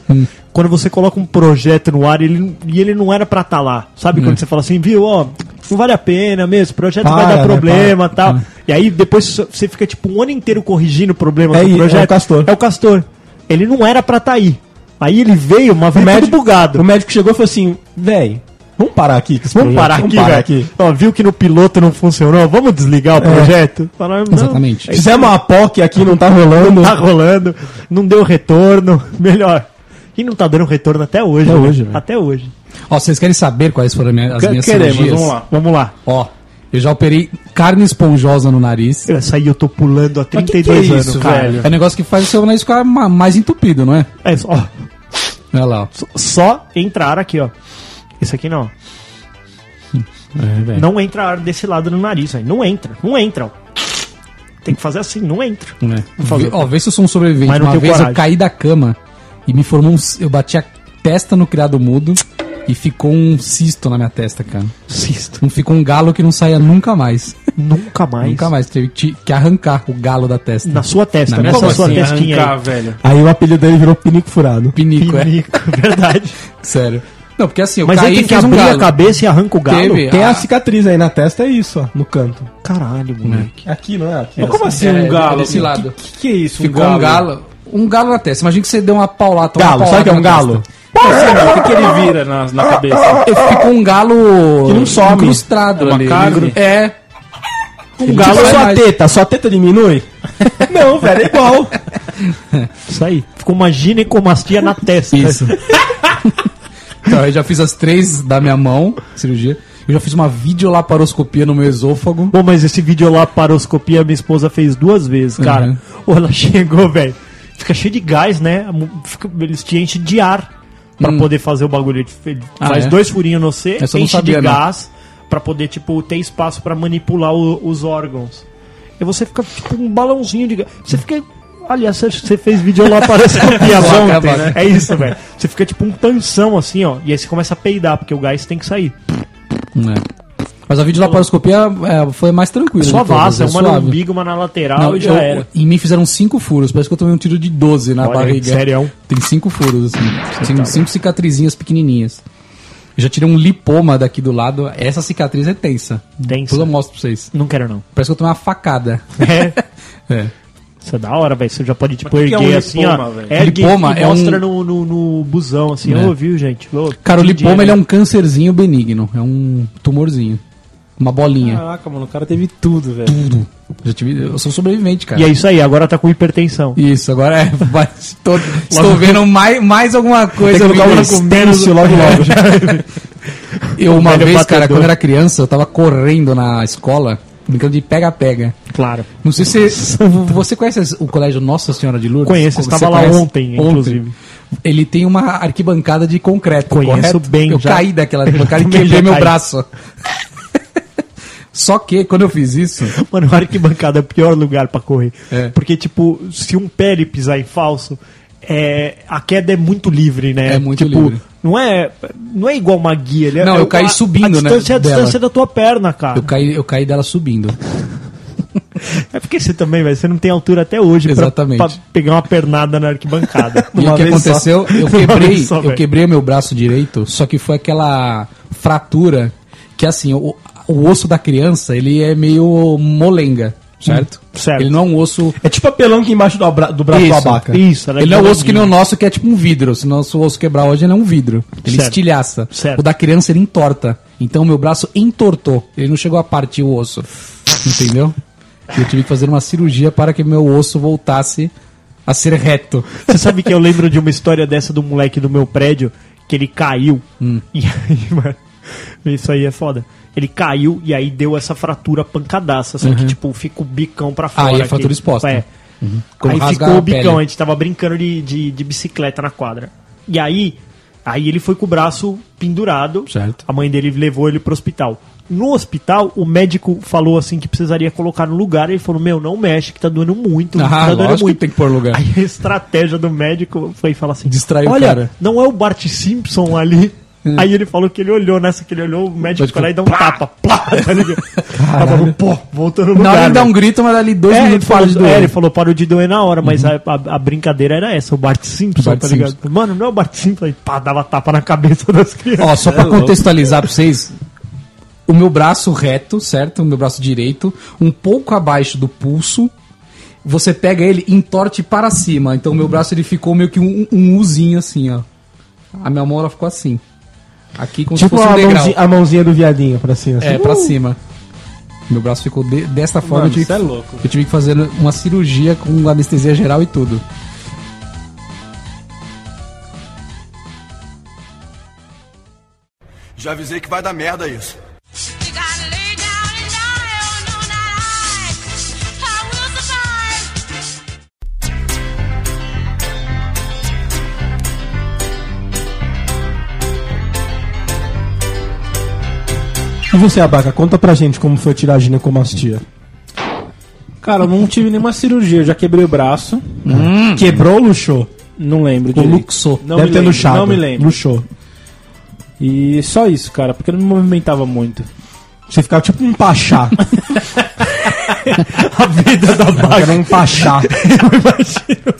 B: Quando você coloca um projeto no ar ele, e ele não era pra estar lá. Sabe quando você fala assim, viu, ó, não vale a pena mesmo, esse projeto vai
D: Para,
B: dar
D: né,
B: problema e
D: para.
B: tal. E aí depois so- você fica tipo um ano inteiro corrigindo o problema
A: É
B: do
C: um
A: i- é o
B: projeto.
A: Castor.
B: É o Castor. Ele não era pra estar aí. Aí ele veio, uma vez todo
A: médico-
B: bugado.
A: O médico chegou e falou assim: véi, vamos parar aqui. com esse
B: Vamos
A: projeto,
B: parar aqui, velho. Ó, viu que no piloto não funcionou? Vamos desligar o projeto? Falaram, não,
D: Exatamente.
B: é isso
A: Fizemos uma POC aqui, não tá rolando.
B: tá rolando, não deu retorno, melhor. E não tá dando retorno até hoje.
A: Até
B: né?
A: hoje, velho.
B: Até hoje.
D: Ó, vocês querem saber quais foram minha- as minhas
C: queremos,
D: cirurgias?
C: vamos lá.
B: Vamos lá.
D: Ó, eu já operei carne esponjosa no nariz.
B: Essa aí eu tô pulando há
C: que que
B: 32
C: é
B: anos,
C: isso,
B: cara.
C: velho?
D: É um negócio que faz o seu nariz ficar ma- mais entupido, não é?
B: É só, ó,
D: Olha lá, ó.
B: só entra ar aqui, ó. Isso aqui não. não entra ar desse lado no nariz, velho. Não entra, não entra, ó. Tem que fazer assim, não entra. Vou fazer.
D: Vê, ó, vê se eu sou um sobrevivente.
B: Mas não
D: Uma
B: tenho
D: vez
B: coragem.
D: eu caí da cama e me formou um. c- Eu bati a testa no criado mudo e ficou um cisto na minha testa, cara.
B: Cisto.
D: Não ficou um galo que não saía nunca mais.
B: Nunca mais.
D: Nunca mais. Teve que que arrancar o galo da testa.
B: Na sua testa,
D: Na minha
B: nessa
D: Como
B: sua
D: assim,
B: testinha
C: arrancar,
B: aí.
C: velho?
A: Aí o apelido dele virou Pinico Furado.
D: Pinico, é.
B: Pinico, verdade.
D: Sério. Não, porque assim, eu
B: Mas aí
D: caí e
B: tem que
D: fiz um
B: abrir a
D: galo.
B: cabeça e arranca o galo.
D: Teve.
A: Tem
D: Ah.
A: a cicatriz aí na testa, é isso, ó, no canto.
B: Caralho, moleque.
A: Aqui, não é? Aqui.
C: Mas como assim
D: É,
C: um galo?
D: desse
C: mano?
D: lado.
C: Que, que, que é isso?
D: Ficou
B: né?
D: um galo. Um galo na testa. Imagina que você deu uma paulada. uma
A: Galo,
D: paulada
A: sabe o que é um
D: na
A: galo?
D: testa.
C: Não, é O que, que ele vira na, na cabeça?
D: Eu fico com um galo.
A: Que não some.
D: incrustado
C: É uma
D: ali.
C: carne?
D: É. Um
A: Galo é
D: vai
A: sua
D: mais.
A: teta, sua teta diminui? não, velho, é igual.
B: Isso aí. Ficou uma ginecomastia na testa.
D: Isso. então, eu já fiz as três da minha mão, cirurgia. Eu já fiz uma videolaparoscopia no meu esôfago.
B: Bom, mas esse vídeo lá, paroscopia, minha esposa fez duas vezes,
D: Uhum.
B: cara. Ô, Ela chegou, velho. Fica cheio de gás, né? A mu- fica- eles te enchem de ar pra poder fazer o bagulho. Ele, ele
D: Hum. Ah,
B: faz
D: é?
B: dois furinhos no C,
D: Essa eu não
B: enche
D: sabia, né?
B: de
D: não.
B: gás pra poder, tipo, ter espaço pra manipular o- os órgãos. E você fica, tipo, um balãozinho de gás. Você fica... Aliás, você- você fez vídeo lá paroscopia
D: Vaca,
B: ontem,
D: vaca.
B: né? É isso, velho. Você fica tipo um panção assim, ó. E aí você começa a peidar, porque o gás tem que sair.
D: né? Mas a videolaparoscopia é, foi mais tranquila.
B: Só
D: de todas,
B: vaza,
D: é
B: uma no
D: suave.
B: umbigo, uma na lateral
D: Não,
B: e já
D: eu-
B: era.
D: Em mim fizeram cinco furos, parece que eu tomei um tiro de 12 na
B: Olha aí,
D: barriga.
B: sério? é um tá
D: Tem cinco furos, assim. Tem cinco cicatrizinhas pequenininhas. Eu já tirei um lipoma daqui do lado. Essa cicatriz é tensa.
B: Densa.
D: Depois eu mostro pra vocês.
B: Não quero, não.
D: Parece que eu tomei uma facada.
B: É.
D: É.
B: Isso é da hora, velho. Você já pode, tipo,
C: Mas o que
B: erguer
C: que é um
B: assim,
C: lipoma,
B: ó.
C: velho?
B: Ergue
D: Lipoma
B: e
D: é
B: mostra
D: um-
B: no, no, no busão, assim. Ô,
D: É.
B: viu, gente? Ô,
D: Cara, o
B: que
D: lipoma
B: dia,
D: ele é
B: né?
D: um câncerzinho benigno. É um tumorzinho. Uma bolinha.
C: Caraca, mano, o cara teve tudo, velho.
D: Tudo. Já tive, eu sou sobrevivente, cara.
B: E é isso aí, agora tá com hipertensão.
D: Isso, agora é. vai- estou, estou vendo mais, mais alguma coisa. vindo.
A: estêncil logo logo.
D: Eu, uma
B: velho
D: vez, cara,
B: batedor.
D: quando eu era criança, eu tava correndo na escola, brincando de pega-pega.
B: Claro.
D: Não sei se você conhece o colégio Nossa Senhora de Lourdes?
B: Conheço,
D: Você
B: estava lá
D: conhece?
B: ontem, inclusive.
D: Ele tem uma arquibancada de concreto,
B: Conheço bem,
D: Eu
B: já.
D: caí daquela arquibancada
B: Eu
D: e
B: também
D: quebrei
B: já
D: meu
B: caí.
D: braço. Só que, quando eu fiz isso,
B: Mano, a arquibancada é o pior lugar pra correr.
D: É.
B: Porque, tipo, se um pé ele pisar em falso, é, a queda é muito livre, né?
D: É muito
B: tipo,
D: livre.
B: Não é, não é igual uma guia. ele é-
D: Não,
B: é
D: eu
B: o-
D: caí
B: a-
D: subindo,
B: a
D: né,
B: distância é a
D: dela.
B: distância da tua perna, cara.
D: eu caí, eu caí dela subindo.
B: É porque você também, velho, você não tem altura até hoje pra-
D: Exatamente.
B: Pra, pegar uma pernada na arquibancada.
D: E o que
A: vez só.
D: aconteceu, eu
B: Uma
D: quebrei,
B: vez só,
D: eu
B: velho.
D: quebrei meu braço direito, só que foi aquela fratura que assim, o, o osso da criança, ele é meio molenga, certo?
B: Hum, certo.
D: Ele não é um osso
A: É tipo apelão que embaixo do, abra- do braço
D: Isso,
A: do abaca.
B: Isso, ela
D: Ele não é o osso
B: grandinha.
D: que nem o nosso, que é tipo um vidro. Se o nosso osso quebrar hoje, ele é um vidro. Ele
B: Certo.
D: estilhaça.
B: Certo.
D: O da criança, ele entorta. Então, meu braço entortou. Ele não chegou a partir o osso. Entendeu? Eu tive que fazer uma cirurgia para que meu osso voltasse a ser reto.
B: Você sabe que eu lembro de uma história dessa do moleque do meu prédio, que ele caiu.
D: Hum.
B: E aí, mano, isso aí é foda. Ele caiu e aí deu essa fratura pancadaça, só que, tipo, fica o bicão pra fora.
D: e a
B: aqui.
D: Uhum. fratura exposta.
B: É.
D: Como
B: Aí
D: rasgar
B: ficou
D: a
B: o bicão,
D: pele. né?
B: a gente tava brincando de, de, de bicicleta na quadra. E aí, aí ele foi com o braço pendurado.
D: Certo.
B: A mãe dele levou ele pro hospital. No hospital, o médico falou assim que precisaria colocar no lugar. Ele falou: Meu, não mexe, que tá doendo muito.
D: Ah,
B: tá doendo
D: lógico que tem que pôr no lugar.
B: Aí a estratégia do médico foi falar assim:
D: Distrair o
B: Olha,
D: cara." É.
B: não é o Bart Simpson ali. Aí ele falou que ele olhou nessa, que ele olhou, o médico
D: Médico,
B: foi lá e dá um tapa. Plá, tá ligado? Aí falou, pô, voltou no lugar.
D: Na hora ele dá
B: né?
D: um grito, mas ali dois
B: É, ele
D: minutos para
B: falou,
D: de
B: é,
D: doer. Uhum.
B: ele falou, parou de doer na hora, mas a, a- a brincadeira era essa, o Bart Simpson,
D: Bart
B: tá ligado? Mano, não é o Bart Simpson, aí pá, dava tapa na cabeça das crianças.
D: Ó, só pra contextualizar pra vocês, o meu braço reto, certo? O meu braço direito, um pouco abaixo do pulso. Você pega ele e entorte para cima. Então o meu braço ele ficou meio que um, um Uzinho assim, ó. A minha mão ela ficou assim. Aqui como
A: Tipo
D: se fosse um
A: a
D: degrau.
A: mãozinha, a mãozinha do viadinho pra cima. assim.
D: É, pra cima. Meu braço ficou de- dessa forma.
C: Mano,
A: tipo,
D: eu, tive,
C: isso é louco.
D: eu tive que fazer uma cirurgia com anestesia geral e tudo.
E: Já avisei que vai dar merda isso.
F: You gotta lay down and die. Oh no, not I. I will survive.
A: E você, Abaca, conta pra gente como foi tirar a ginecomastia.
C: Cara, eu não tive nenhuma cirurgia, eu já quebrei o braço.
A: Quebrou ou luxou?
C: Não lembro
A: Ou
C: direito.
A: luxou?
C: Não
A: Deve
C: me
A: ter
C: lembro,
A: luxado.
C: Não me lembro.
A: Luxou.
C: E só isso, cara, porque eu não me movimentava muito.
A: Você ficava tipo um pachá. a vida da Abaca. Era um pachá.
B: Eu imagino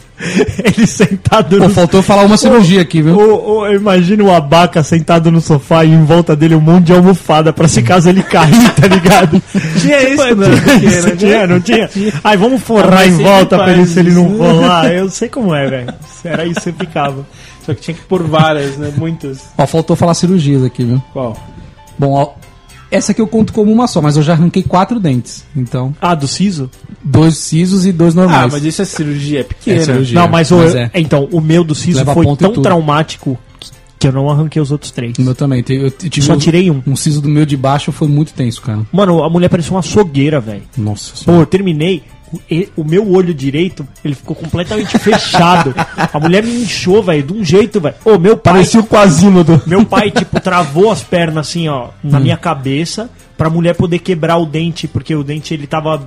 B: ele sentado
D: Pô,
B: no...
D: faltou falar uma cirurgia aqui, viu?
B: O, o, eu imagino o abaca sentado no sofá e em volta dele um monte de almofada pra
D: Uhum.
B: se caso ele cair, tá ligado?
C: Tinha né? isso quando era
B: Tinha isso,
C: pequeno,
B: tinha, né? não tinha? Aí vamos forrar
C: Ah, mas
B: em
C: ele
B: volta pra
C: faz
B: ele se ele não
C: isso.
B: rolar. Eu sei como é, velho. Era isso que você ficava.
C: Só que tinha que pôr várias, né? Muitas.
D: Ó, faltou falar cirurgias aqui, viu?
C: Qual?
D: Bom, ó, essa aqui eu conto como uma só, mas eu já arranquei quatro dentes. Então,
B: Ah, do siso?
D: dois sisos e dois
C: Ah,
D: normais.
C: mas isso é cirurgia, é pequena.
D: É cirurgia.
B: Não, mas, o,
D: Mas é.
B: então, o meu do siso
D: Leva
B: foi
D: ponto e
B: tão
D: tudo.
B: traumático que- que eu não arranquei os outros três.
D: O meu também. te- Eu t- tive
B: Só
D: um-
B: tirei um.
D: Um siso do meu de baixo foi muito tenso, cara.
B: Mano, a mulher parecia uma açougueira, velho.
D: Nossa senhora.
B: Pô, eu terminei. o- e- O meu olho direito, ele ficou completamente fechado. A mulher me inchou, velho, de um jeito, velho. Ô, meu pai.
A: Parecia o Quasimodo.
B: Meu pai, tipo, travou as pernas assim, ó, na minha cabeça, pra mulher poder quebrar o dente, porque o dente ele tava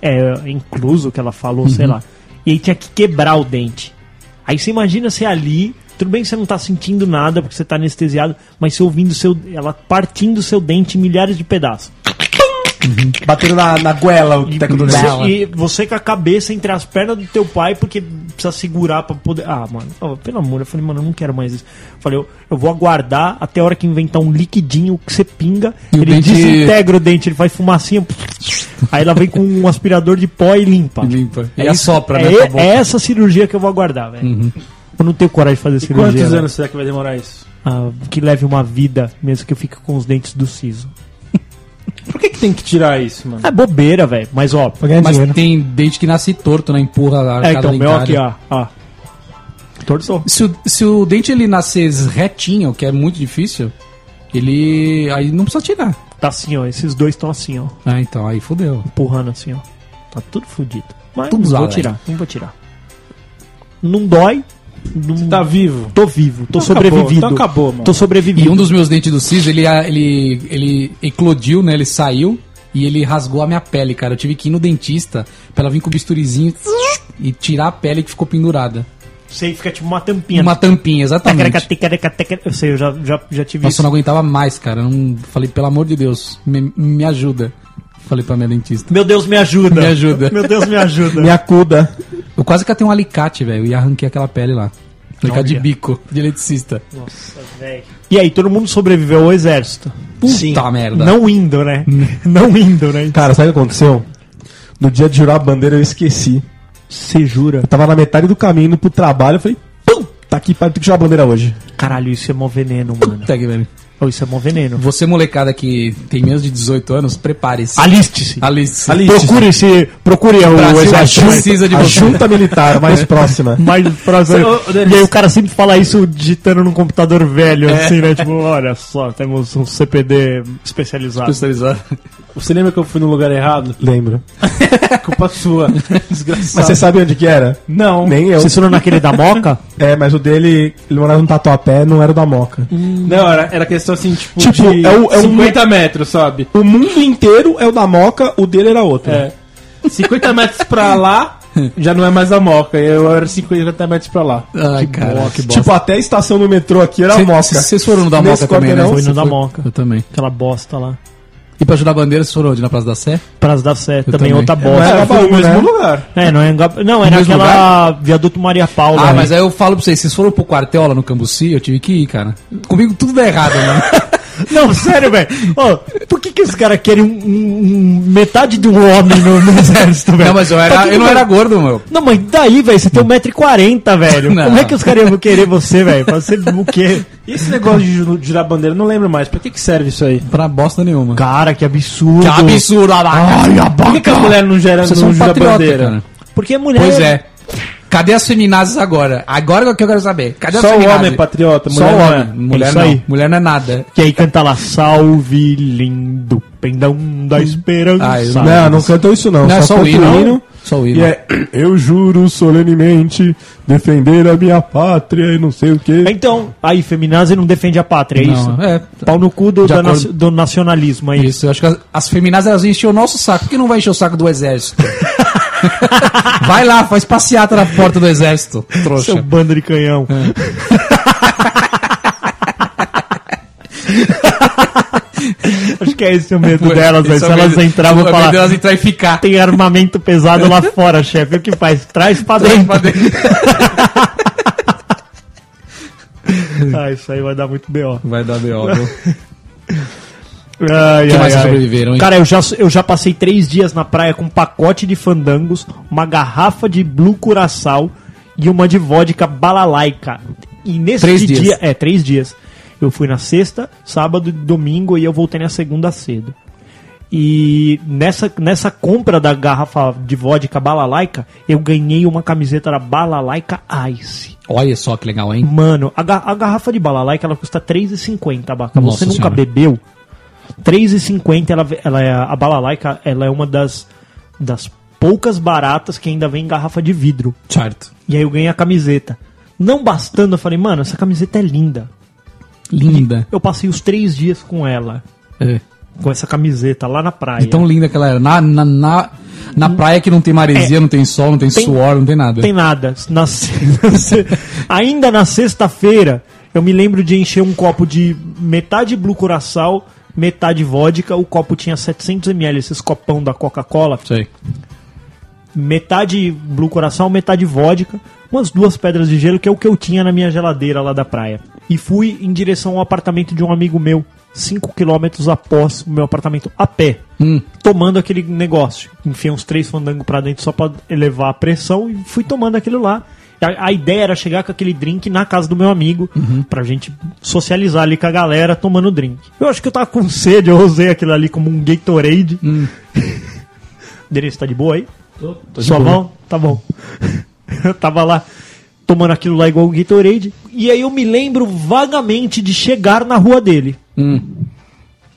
B: é, incluso, que ela falou, sei lá. E aí tinha que quebrar o dente. Aí você imagina você ali, tudo bem que você não tá sentindo nada, porque você tá anestesiado, mas você ouvindo seu, ela partindo seu dente em milhares de pedaços.
A: Batendo na, na goela o
B: E,
A: teco do
B: você,
A: dela.
B: e você com a cabeça entre as pernas do teu pai, porque precisa segurar pra poder. Ah, mano, ó, pelo amor, eu falei, mano, eu não quero mais isso. Eu falei, eu, eu vou aguardar até a hora que inventar um liquidinho que você pinga,
D: E o
B: ele
D: dente-
B: desintegra o dente, ele faz fumacinha, aí ela vem com um aspirador de pó e limpa.
D: E limpa. E
B: isso-
D: assopra,
B: é,
D: né, pra Uhum. boca.
B: É essa cirurgia que eu vou aguardar, velho. Eu não tenho coragem de fazer cirurgia.
C: Quantos
A: né?
B: velho.
C: anos será que vai demorar isso?
B: Ah, que leve uma vida, mesmo que eu fique com os dentes do siso.
C: Por que, que tem que tirar isso, mano?
B: É bobeira, velho. Mas ó,
A: Pra ganhar
D: Mas
A: dinheiro.
D: tem dente que nasce torto, né? Empurra a né?
B: é,
D: arcada
B: então, meu aqui,
D: dentária.
B: ó. ó. Torçou.
D: Se o, se o dente ele nascer retinho, que é muito difícil, ele. Aí não precisa tirar.
B: Tá assim, ó. Esses dois estão assim, ó.
D: Ah, então, aí fodeu.
B: Empurrando assim, ó. Tá tudo fudido. Mas
D: Tudo
B: não vou
D: zala,
B: tirar, não vou tirar. Não dói. Não...
C: Tá vivo.
B: Tô vivo, tô
C: Então acabou,
B: sobrevivido.
C: então acabou, mano.
B: Tô
D: E
B: sobrevivido.
D: um dos meus dentes do siso, ele, ah, ele, ele eclodiu, né? Ele saiu e ele rasgou a minha pele, cara. Eu tive que ir no dentista pra ela vir com o bisturizinho e tirar a pele que ficou pendurada.
B: Sei, fica tipo uma tampinha.
D: Uma tampinha,
B: Tecreca,
D: exatamente.
B: tecreca, tecreca. Eu sei, eu já, já, já tive
D: Nossa, eu
B: isso.
D: não aguentava mais, cara. Eu não... Falei, pelo amor de Deus, me, me ajuda. Falei pra minha dentista.
B: Meu Deus, me ajuda.
D: Me ajuda.
B: Meu Deus, me ajuda.
A: Me acuda.
D: Eu quase que catei um alicate, velho, e arranquei aquela pele lá. Alicate de
B: Olha.
D: bico, de eletricista.
B: Nossa, velho. E aí, todo mundo sobreviveu ao exército.
D: Puta merda. Hum.
B: Não indo, né? não indo, né?
A: Cara, sabe o que aconteceu? No dia de jurar a bandeira eu esqueci.
B: Você jura?
A: Eu tava na metade do caminho indo pro trabalho, eu falei, pum, tá aqui, pai, tem que jurar a bandeira hoje.
B: Caralho, isso é mó veneno, mano.
D: Puta que pariu.
B: Oh, isso é mó veneno.
D: Você, molecada que tem menos de 18 anos, prepare-se.
B: Aliste-se.
D: Alice.
B: Procure se procure o,
D: Brasil
B: exército
D: precisa de
A: A
D: você.
A: junta militar mais próxima.
B: mais próximo.
C: Ô, ô, Denis.
B: E aí o cara sempre fala isso digitando num computador velho,
C: É.
B: assim, né? Tipo, olha só, temos um CPD especializado.
D: Especializado.
C: Você lembra que eu fui no lugar errado?
A: Lembro.
C: É culpa sua. Desgraçado.
A: Mas você sabe onde que era?
C: Não.
A: Nem eu.
B: Você ensinou naquele da Moca?
A: É, mas o dele, ele morava no tatuapé, não era o da moca.
C: Não, era, era questão assim, tipo,
A: Tipo,
C: de
A: é o- é o-
C: 50 metros, sabe?
A: O mundo inteiro é o da moca, o dele era outro.
C: É. 50 metros pra lá, já não é mais a moca. Eu era 50 metros pra lá.
D: Ai, cara. Que
A: Tipo, até a estação do metrô aqui era a moca.
D: Vocês foram no da
A: Nesse
D: Moca também, né?
A: quarteirão,
B: Foi
D: Você
B: no da Moca.
D: Eu também.
B: Aquela bosta lá.
D: E pra ajudar a bandeira, vocês foram onde? Na Praça da Sé?
B: Praça da Sé, também,
D: também. É,
B: outra
A: Não
B: bosta.
A: era
C: Foi
A: baú,
C: no mesmo
A: né?
C: lugar.
B: É, não é Enga- Não, era
D: mesmo
B: aquela viaduto Maria Paula.
D: Ah,
B: né?
D: mas aí eu falo pra vocês, vocês foram pro quartel lá no Cambuci, eu tive que ir, cara. Comigo tudo dá errado, né?
B: Não, sério, velho. Ô, por que, que os caras querem um, um- um- metade de um homem no, no exército, velho?
D: não, mas eu,
B: Pra
D: era,
B: que
D: eu não
B: que-
D: era gordo, meu.
B: Não, mas daí, velho, você tem 1,40m, velho.
D: Não.
B: Como é que os caras iam querer você, velho? Pra ser o quê?
C: E esse negócio de ju- girar bandeira, eu não lembro mais. Pra que, que serve isso aí?
D: Pra bosta nenhuma.
B: Cara, que absurdo.
D: absurdo, Ai, a
C: Por que, que a mulher não, gera,
D: Então, Vocês
C: não
D: são
C: gira
D: patriota,
C: bandeira?
D: cara.
B: Porque a mulher.
D: Pois é. Cadê as feminazes agora? Agora é o que eu quero saber. Cadê as
C: Só o
D: feminazes?
C: homem é patriota, mulher
D: Só o
C: não
D: homem.
C: é.
D: Mulher
B: Isso
D: não.
B: aí.
D: Mulher não é nada.
B: Que aí canta lá, salve lindo, pendão da esperança.
D: Ah, eu não-
A: Não, não cantam isso não.
D: Não, é só o
A: canta
D: hino. Só o hino.
A: E é, eu juro solenemente defender a minha pátria e não sei o quê.
B: Então, aí, feminazi não defende a pátria, é
D: Não,
B: isso?
D: é.
B: Pau no cu do,
D: De
B: da
D: acordo-
B: naci- do nacionalismo aí.
D: Isso, eu acho que as, as feminazes elas enchiam o nosso saco. Por que não vai encher o saco do exército? vai lá, faz passeata na porta do exército, trouxa.
B: Seu bando de canhão.
D: É.
B: Acho que é esse o medo delas, velho.
D: Esse
B: Se
D: é o
B: elas
D: medo-
B: entravam
D: o
B: e
D: medo
B: falavam,
D: delas entrar e ficar.
B: tem armamento pesado lá fora, chefe. O que faz? Traz pra dentro. Ah, isso aí vai dar muito B.O.
D: Vai dar B.O. viu?
B: Ai,
D: Quem
B: ai,
D: mais
B: ai.
D: sobreviveram, hein?
B: Cara, eu já, eu já passei três dias na praia com um pacote de fandangos, uma garrafa de Blue Curaçao e uma de vodka balalaica. E nesse
D: Três
B: dia...
D: dias.
B: É, três dias. Eu fui na sexta, sábado e domingo e eu voltei na segunda cedo. E nessa, nessa compra da garrafa de vodka balalaica, eu ganhei uma camiseta da balalaica Ice.
D: Olha só que legal, hein?
B: Mano, a, ga- a garrafa de balalaica ela custa 3,50, Abaca.
D: Nossa
B: Você nunca
D: senhora.
B: bebeu? 3,50 ela, ve- ela é a balalaica, ela é uma das das poucas baratas que ainda vem em garrafa de vidro.
D: Certo.
B: E aí eu ganhei a camiseta. Não bastando, eu falei, mano, essa camiseta é linda.
D: Linda.
B: Eu passei os três dias com ela,
D: É.
B: com essa camiseta lá na praia.
D: De tão linda que ela era. Na, na, na, na praia que não tem maresia, não tem sol, não tem,
B: É. Tem-
D: suor, não tem nada.
B: tem nada. Na se- na se- ainda na sexta-feira, eu me lembro de encher um copo de metade Blue Curaçao, metade vodka. O copo tinha 700ml, esses copão da Coca-Cola.
D: Sei.
B: Metade Blue Curaçao, metade vodka. Umas duas pedras de gelo, que é o que eu tinha na minha geladeira lá da praia. E fui em direção ao apartamento de um amigo meu, 5 quilômetros após o meu apartamento, a pé. Tomando aquele negócio. Enfiei uns três fandangos pra dentro só pra elevar a pressão e fui tomando aquilo lá. A, a ideia era chegar com aquele drink na casa do meu amigo, pra gente socializar ali com a galera tomando drink. Eu acho que eu tava com sede, eu usei aquilo ali como um Gatorade. Denise, tá de boa aí? Sua mão? Tá bom. eu tava lá tomando aquilo lá igual o Gatorade. E aí eu me lembro vagamente de chegar na rua dele.
D: Hum.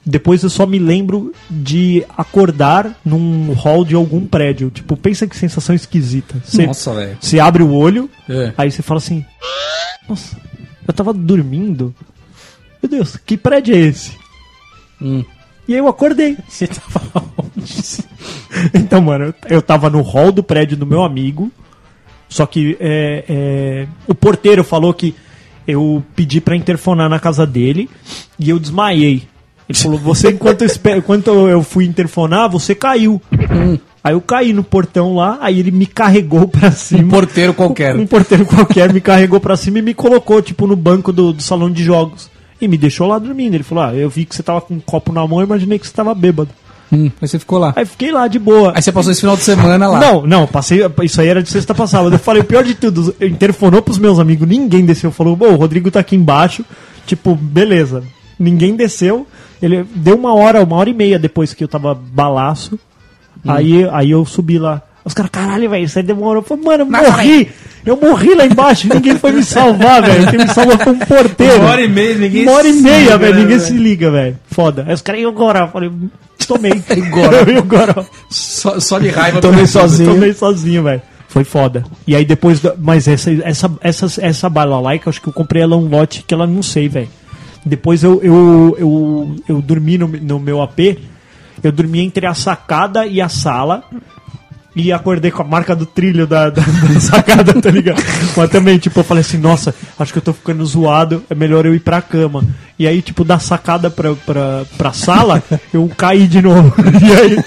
B: Depois eu só me lembro de acordar num hall de algum prédio. Tipo, pensa que sensação esquisita. Cê-
D: Nossa, velho.
B: Você abre o olho,
D: É.
B: aí você fala assim: Nossa, eu tava dormindo? Meu Deus, que prédio é esse? E aí eu acordei.
C: Você tava onde?
B: Então, mano, eu- eu tava no hall do prédio do meu amigo. Só que é, é, o porteiro falou que eu pedi pra interfonar na casa dele e eu desmaiei. Ele falou: Você, enquanto eu, espe- enquanto eu fui interfonar, você caiu.
C: Hum.
B: Aí eu caí no portão lá, aí ele me carregou pra cima.
D: Um porteiro qualquer.
B: Um porteiro qualquer me carregou pra cima e me colocou, tipo, no banco do, do salão de jogos. E me deixou lá dormindo. Ele falou: Ah, eu vi que você tava com um copo na mão, eu imaginei que você tava bêbado.
D: Hum, aí você ficou lá.
B: Aí fiquei lá de boa.
D: Aí você passou esse final de semana lá.
B: Não, não, passei. Isso aí era de sexta pra sábado. Eu falei, o pior de tudo, eu interfonou pros meus amigos, ninguém desceu. Falou, bom, o Rodrigo tá aqui embaixo. Tipo, beleza. Ninguém desceu. Ele deu uma hora, uma hora e meia depois que eu tava balaço.
D: Hum.
B: Aí, aí eu subi lá. Os caras, caralho, velho, isso aí demorou. Eu falei, mano, eu morri! Eu morri lá embaixo, ninguém foi me salvar, velho. Quem me salvou foi um porteiro.
C: Uma hora e meia, ninguém
B: Uma hora e
C: se
B: meia,
C: liga,
B: velho,
C: né,
B: ninguém
C: velho?
B: se liga, velho. Foda. Aí os caras, e agora? Eu falei, tomei.
D: E agora?
B: E agora?
D: Só, só de raiva.
A: Tomei
D: porque-
A: sozinho.
B: Eu tomei sozinho, velho. Foi foda. E aí depois. da- Mas essa, essa, essa, essa balalaica, acho que eu comprei ela um lote que ela não sei, velho. Depois eu, eu, eu, eu dormi no, no meu AP. Eu dormi entre a sacada e a sala. E acordei com a marca do trilho da, da- da sacada, tá ligado? Mas também, tipo, eu falei assim, nossa, acho que eu tô ficando zoado, é melhor eu ir pra cama. E aí, tipo, da sacada pra, pra, pra sala, eu caí de novo. E aí,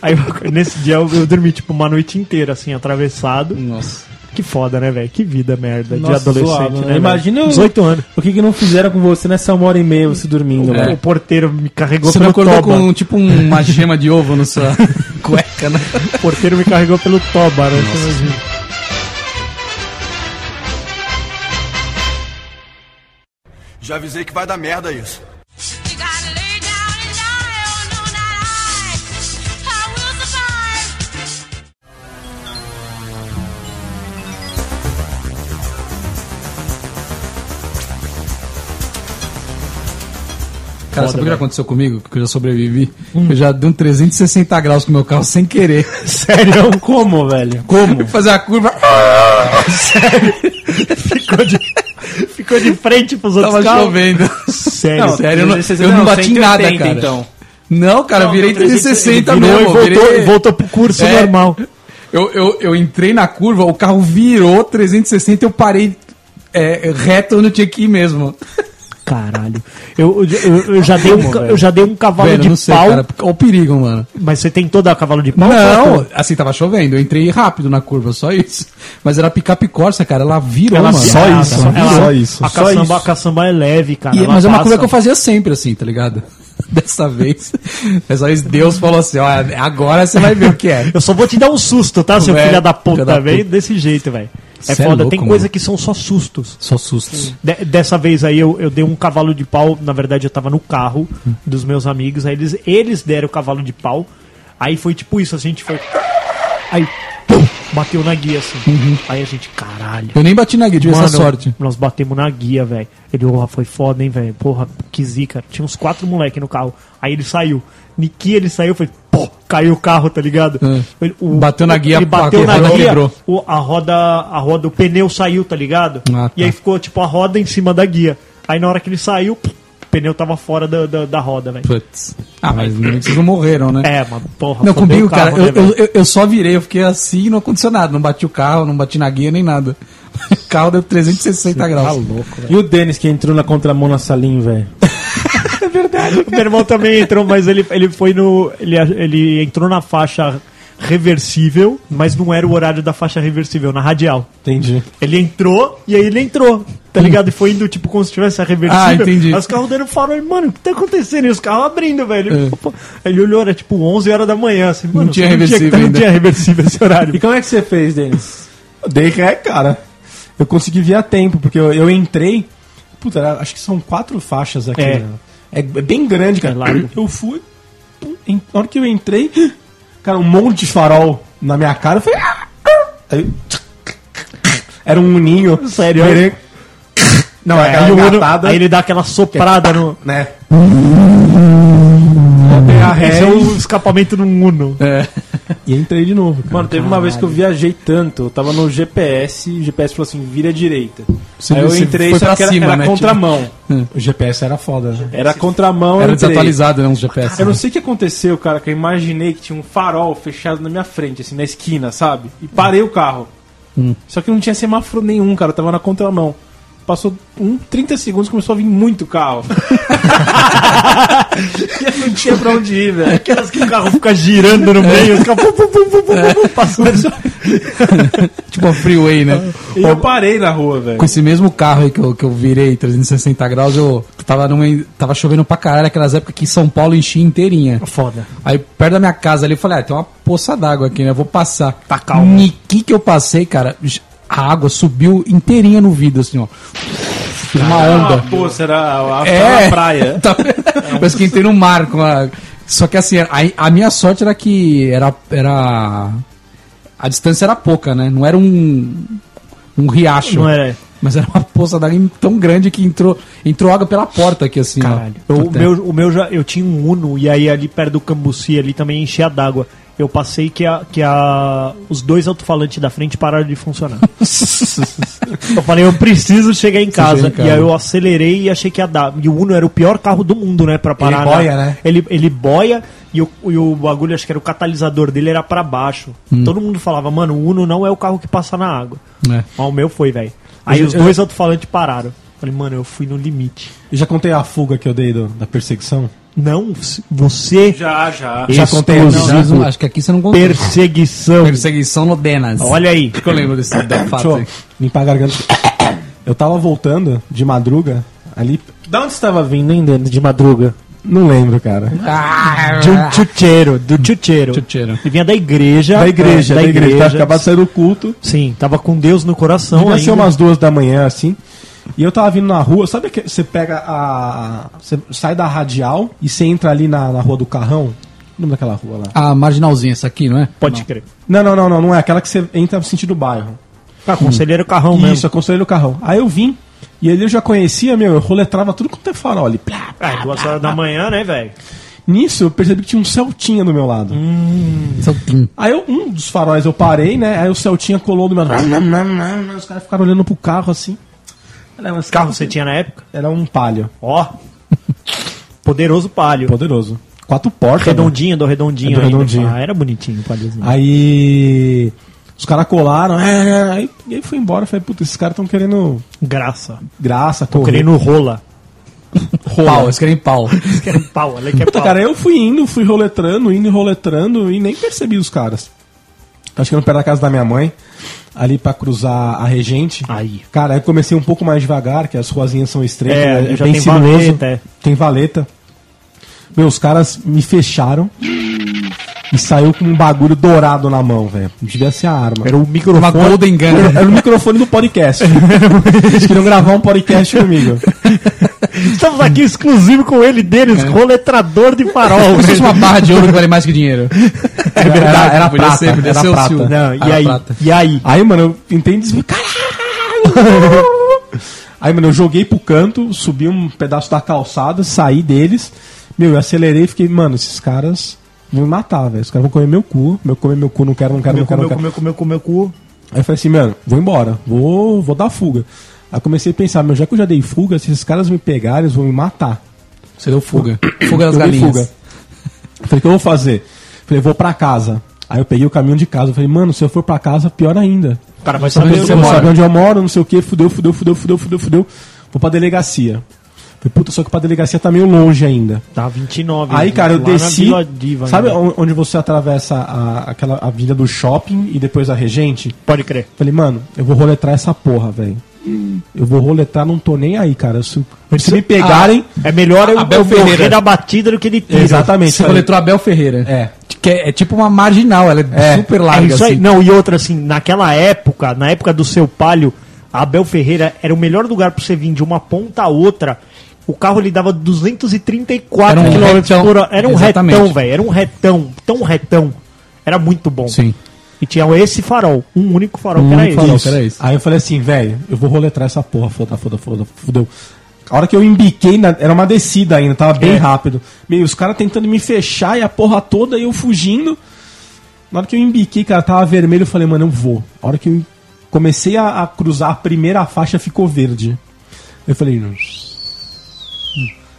B: aí eu- nesse dia eu, eu dormi, tipo, uma noite inteira, assim, atravessado.
D: Nossa.
B: Que foda, né, velho? Que vida merda de
C: Nossa,
B: adolescente,
C: zoado, né?
B: né? velho?
C: Imagina eu-
B: 18 anos.
C: O que que não fizeram com você nessa uma hora e meia você dormindo,
B: O
D: É.
C: velho?
B: porteiro me carregou
D: Você não
B: pelo
D: acordou
B: toba.
D: com tipo uma gema de ovo na sua cueca, né?
B: O porteiro me carregou pelo toba, né? Você imagina.
E: Já avisei que vai dar merda isso.
F: You gotta lay down and die. Oh no, not I. I will survive.
D: Cara, sabe o que já aconteceu comigo? Que eu já sobrevivi. Eu já dei um 360 graus com o meu carro sem querer.
C: Sério? Como, velho?
D: Eu fui fazer a curva.
B: Ficou de, ficou de frente pros outros
D: Tava
B: carros.
D: chovendo.
B: Sério,
D: Não, sério, eu não,
C: 360
D: eu não
C: não,
D: bati em nada,
C: 180,
D: cara.
C: então.
D: Não, cara, eu
C: Não,
D: virei
C: não, 360,
D: 360
B: Virou
D: mesmo.
B: e
D: eu
B: voltou,
D: virei-
B: voltou pro curso
D: É.
B: normal.
D: Eu, eu, eu entrei na curva, o carro virou 360 eu parei é, reto onde eu tinha que ir mesmo.
B: Caralho. Eu, eu- eu- eu já dei um, ca- eu já dei um cavalo
D: Velho,
B: de
D: não sei,
B: pau.
D: cara. Olha o perigo, mano.
B: Mas você tentou dar cavalo de pau?
D: Não, assim, tava chovendo. Eu entrei rápido na curva, só isso. Mas era picape Corsa, cara. Ela virou,
B: Ela
D: mano.
A: Só
B: Ela-
A: isso,
B: ela-
A: mano, só isso.
B: A
A: Só
B: caçamba,
A: isso.
B: a caçamba é leve, cara.
D: E-
B: ela
D: mas é uma
B: passa.
D: coisa que eu fazia sempre, assim, tá ligado? Dessa vez. Dessa vez Deus falou assim, ó, agora você vai ver o que é.
B: Eu só vou te dar um susto, tá, seu
D: Velho,
B: filho da
D: filha É, da
B: puta, velho?
D: puta.
B: Desse jeito, velho. É
D: Cê é
B: foda.
D: louco,
B: Tem
D: mano.
B: coisa que são só sustos.
D: Só sustos.
B: De- dessa vez aí eu, eu dei um cavalo de pau. Na verdade, eu tava no carro dos meus amigos. Aí eles, eles deram o cavalo de pau. Aí foi tipo isso, a gente foi. Aí, pum, bateu na guia assim. Aí a gente, caralho.
D: Eu nem bati na guia, tive
B: Mano,
D: essa sorte.
B: Nós batemos na guia, velho. Ele, porra, foi foda, hein, velho. Porra, que zica. Tinha uns quatro moleque no carro. Aí ele saiu. Niki, ele saiu, foi, pô, caiu o carro, tá ligado?
D: Hum.
B: Ele- o-
D: Bateu na guia,
B: ele bateu
D: a
B: na
D: roda
B: guia,
D: quebrou.
B: o- a roda, a roda, o pneu saiu, tá ligado?
D: Ah, tá.
B: E aí ficou, tipo, a roda em cima da guia. Aí na hora que ele saiu, pff, o pneu tava fora da, da, da roda, velho.
D: Putz. Ah, mas não- vocês não morreram, né?
B: É, mano, porra. fodeu
D: Não, comigo,
B: o carro,
D: cara,
B: né,
D: eu,
B: velho?
D: eu, eu- eu só virei, eu fiquei assim e não aconteceu nada. Não bati o carro, não bati na guia nem nada. O carro deu
B: tá
D: 360 graus.
C: E o Denis que entrou na contramão na salinha, velho?
B: Meu irmão também entrou, mas ele, ele foi no. Ele, ele entrou na faixa reversível, mas não era o horário da faixa reversível, na radial.
A: Entendi.
B: Ele entrou e aí ele entrou, tá ligado? E foi indo tipo como se tivesse a reversível.
D: Ah, entendi.
B: Aí os carros deram farol, ele, mano, o que tá acontecendo? E os carros abrindo, velho. Ele,
D: É.
B: pô, pô. Ele olhou, era tipo 11 horas da manhã, assim, mano,
D: tinha
B: você
D: reversível
B: não
D: ainda.
B: tinha reversível esse
C: E
B: horário.
C: como é que você fez, Denis?
A: Dei ré, cara. Eu consegui vir a tempo, porque eu, eu entrei. Puta, era- acho que são quatro faixas aqui.
B: É.
A: né? É, é bem grande, cara.
B: É largo.
A: Eu fui. pum, em- na hora que eu entrei, cara, um monte de farol na minha cara. Eu falei. "Ah, ah". Aí, era um uninho.
B: Sério?
A: Virei- Não,
B: É,
A: é,
B: aí,
A: aquela
B: o Uno-
A: engatada,
B: aí ele dá aquela soprada no.
A: né? Botei a ré
B: Esse é
A: e-
B: o escapamento num Uno.
D: É.
A: e entrei de novo.
C: Mano, teve uma vez que eu viajei tanto, eu tava no GPS, e o GPS falou assim, vira à direita.
D: Você-
C: Aí eu
D: você
C: entrei,
D: foi
C: só
D: pra
C: que era,
D: cima,
C: era
D: né,
C: contramão.
A: O GPS era foda, né?
C: Era contramão, eu
D: Era
C: entrei.
D: desatualizado, né? Uns GPS.
C: Eu não
D: né?
C: sei o que aconteceu, cara, que eu imaginei que tinha um farol fechado na minha frente, assim, na esquina, sabe? E parei o carro. Só que não tinha semáforo nenhum, cara, eu tava na contramão. Passou um 30 segundos começou a vir muito carro. e eu não tinha pra onde ir, velho.
B: Aquelas que o carro fica girando no meio, fica pum, pum, pum, pum, pum, pum, passando.
D: Tipo a freeway, né?
C: E eu parei na rua, velho.
D: Com esse mesmo carro aí que eu, que eu virei 360 graus, eu tava, numa, tava chovendo pra caralho, aquelas épocas que São Paulo enchia inteirinha.
B: Foda.
D: Aí perto da minha casa ali, eu falei, ah, tem uma poça d'água aqui, né? Eu vou passar.
B: Tá calmo.
D: Niki que eu passei, cara, a água subiu inteirinha no vidro, assim, ó. Uma onda.
C: Pô, será a,
D: É.
C: na praia.
D: Tá-
B: É um
D: Parece que entrei no mar. com a- Só que assim, a, a minha sorte era que era, era. A distância era pouca, né? Não era um. Um riacho.
B: Não é. era.
D: Mas era uma poça d'água tão grande que entrou, entrou água pela porta aqui, assim. ó.
B: Caralho. Eu, o
D: Até.
B: meu, o meu já, eu tinha um Uno e aí ali perto do Cambuci ali também enchia d'água. Eu passei que, a, que a, os dois alto-falantes da frente pararam de funcionar. eu falei, eu preciso chegar em casa.
D: chega em casa.
B: E aí eu acelerei e achei que ia dar. E o Uno era o pior carro do mundo, né? Pra parar.
A: Ele
B: na-
A: boia, né?
B: Ele, ele boia e o, e o bagulho, acho que era o catalisador dele, era pra baixo. Todo mundo falava, mano, o Uno não é o carro que passa na água.
D: É.
B: Mas o meu foi, velho. Aí os dois alto-falantes pararam. Falei, mano, eu fui no limite.
A: Eu já contei a fuga que eu dei do- da perseguição?
B: Não, você.
C: Já, já.
A: Já contei o
D: Não,
A: Zico.
D: acho que aqui você não contou.
B: Perseguição.
D: Perseguição no Denas.
B: Olha aí.
D: que eu lembro desse
A: Deixa
D: fato.
A: eu limpar a garganta. Eu tava voltando de madruga, ali.
C: Da onde você tava vindo, hein, Denis, de madruga?
A: Não lembro, cara.
B: De um tchutcheiro, do tchutcheiro.
D: Tchutcheiro.
B: Ele vinha da igreja. É,
A: Da igreja, É, da, igreja. Tava acabado de sair do culto.
B: Sim, tava com Deus no coração
A: Devia ser
B: ainda.
A: umas duas da manhã, assim. E eu tava vindo na rua, sabe que você pega a. Você sai da radial e você entra ali na, na rua do carrão? O nome daquela rua lá?
D: A marginalzinha, essa Ah, aqui, não é?
B: Pode crer.
A: Não, não, não, não, não é aquela que você entra no sentido do bairro.
B: Ah, conselheiro carrão mesmo.
A: Hum. Isso, é conselheiro carrão. Aí eu vim, e ali eu já conhecia, meu, eu roletrava tudo quanto é farol ali. Plá,
B: Ah, é duas horas da manhã, né, velho?
A: Nisso eu percebi que tinha um Celtinha do meu lado.
D: São é Tim.
A: Aí eu- um dos faróis eu parei, né? Aí o Celtinha colou do meu lado. Os caras ficaram olhando pro carro assim.
B: Os carros você tinha na época?
A: Era um palio.
B: Ó. Poderoso palio.
A: Poderoso. Quatro portas. né?
B: Redondinho, do redondinho.
A: É do
B: ainda.
A: redondinho.
B: Ah, era bonitinho o paliozinho.
A: Aí. Os caras colaram. É, é, aí e aí foi embora. Eu Falei, puta, esses caras tão querendo
B: Graça.
A: graça, correr.
B: Querendo rola.
D: Pau, eles querem pau.
B: Querendo pau, olha que é
A: Puta,
B: pau.
A: cara, eu fui indo, fui roletrando, indo e roletrando e nem percebi os caras. Acho que era perto da casa da minha mãe, ali pra cruzar a Regente.
B: Aí.
A: Cara, aí eu comecei um pouco mais devagar, que as ruazinhas são estreitas,
B: É,
A: né?
B: já tem
A: sinuoso.
B: valeta, é.
A: Tem valeta. Meu, os caras me fecharam e saiu com um bagulho dourado na mão, velho. Devia ser a arma.
B: Era o
D: Uma
B: microfone.
D: Golden Gun.
A: Era o microfone do podcast. Eles queriam gravar um podcast comigo.
B: Estamos aqui exclusivo com ele, deles,
D: É.
B: roletrador de farol.
D: Como se fosse uma barra de ouro que vale mais que dinheiro. É
A: verdade,
D: Era, era
A: podia
D: prata.
A: ser, podia
D: era
A: ser o
D: prata.
A: Silvio.
B: Não, e
D: Era
B: aí?
D: prata.
B: E aí?
A: Aí, mano, eu tentei desviar. Caralho! Aí, mano, eu joguei pro canto, subi um pedaço da calçada, saí deles. Meu, eu acelerei e fiquei, mano, esses caras vão me matar, velho. Os caras vão comer meu cu. Meu comer meu cu, não quero, não quero, não
B: Comeu,
A: quero, não
B: comeu,
A: quero.
B: comeu, comeu, comeu, cu.
A: Aí eu falei assim, mano, vou embora, vou, vou dar fuga. Aí comecei a pensar, meu, já que eu já dei fuga, se esses caras me pegarem, eles vão me matar.
D: Você deu fuga. Fuga das
A: Eu dei
D: galinhas.
A: fuga. Falei, o que eu vou fazer? Falei, vou pra casa. Aí eu peguei o caminho de casa. Falei, mano, se eu for pra casa, pior ainda.
B: O cara vai
D: saber
B: saber
D: onde
A: Eu
D: você
A: não
D: mora.
A: sabe onde eu moro, não sei o que, fudeu, fudeu, fudeu, fudeu, fudeu, fudeu. Vou pra delegacia. Falei, puta, só que pra delegacia tá meio longe ainda.
B: Tá 29.
A: Aí,
B: né?
A: cara, eu
B: Lá
A: desci.
B: Na Vila Diva, né?
A: Sabe
B: ainda.
A: on- onde você atravessa a, aquela a vila do shopping e depois a regente?
B: Pode crer.
A: Falei, mano, eu vou roletrar essa porra, velho. Eu vou roletrar, não tô nem aí, cara. Se, se me pegarem.
B: É melhor eu,
D: Abel
B: eu morrer
D: Ferreira.
B: da batida do que ele tira.
A: exatamente.
D: Você
A: falei,
D: coletou Abel Ferreira.
A: É.
D: Que é, é tipo uma marginal, ela é,
A: É,
D: super
B: É
D: larga.
B: isso aí.
D: assim.
B: Não, e outra assim, naquela época, na época do seu palio, a Abel Ferreira era o melhor lugar pra você vir de uma ponta a outra. O carro ele dava 234
D: Era um
B: km por
D: retão.
B: hora. Era um
D: Exatamente.
B: retão, velho. Era um retão, tão retão. Era muito bom.
D: Sim.
B: E tinha esse farol, um único farol
D: Um
B: que era
D: único
B: esse.
D: farol.
A: Isso.
D: Era isso.
A: Aí eu falei assim, velho, eu vou roletrar essa porra, foda, foda, foda, fudeu. A hora que eu embiquei, na- era uma descida ainda, tava bem
B: É.
A: rápido. Meio, os caras tentando me fechar e a porra toda, e eu fugindo. Na hora que eu embiquei, cara, tava vermelho, eu falei, mano, eu vou. A hora que eu comecei a, a cruzar a primeira faixa, ficou verde. Eu falei... "Hum."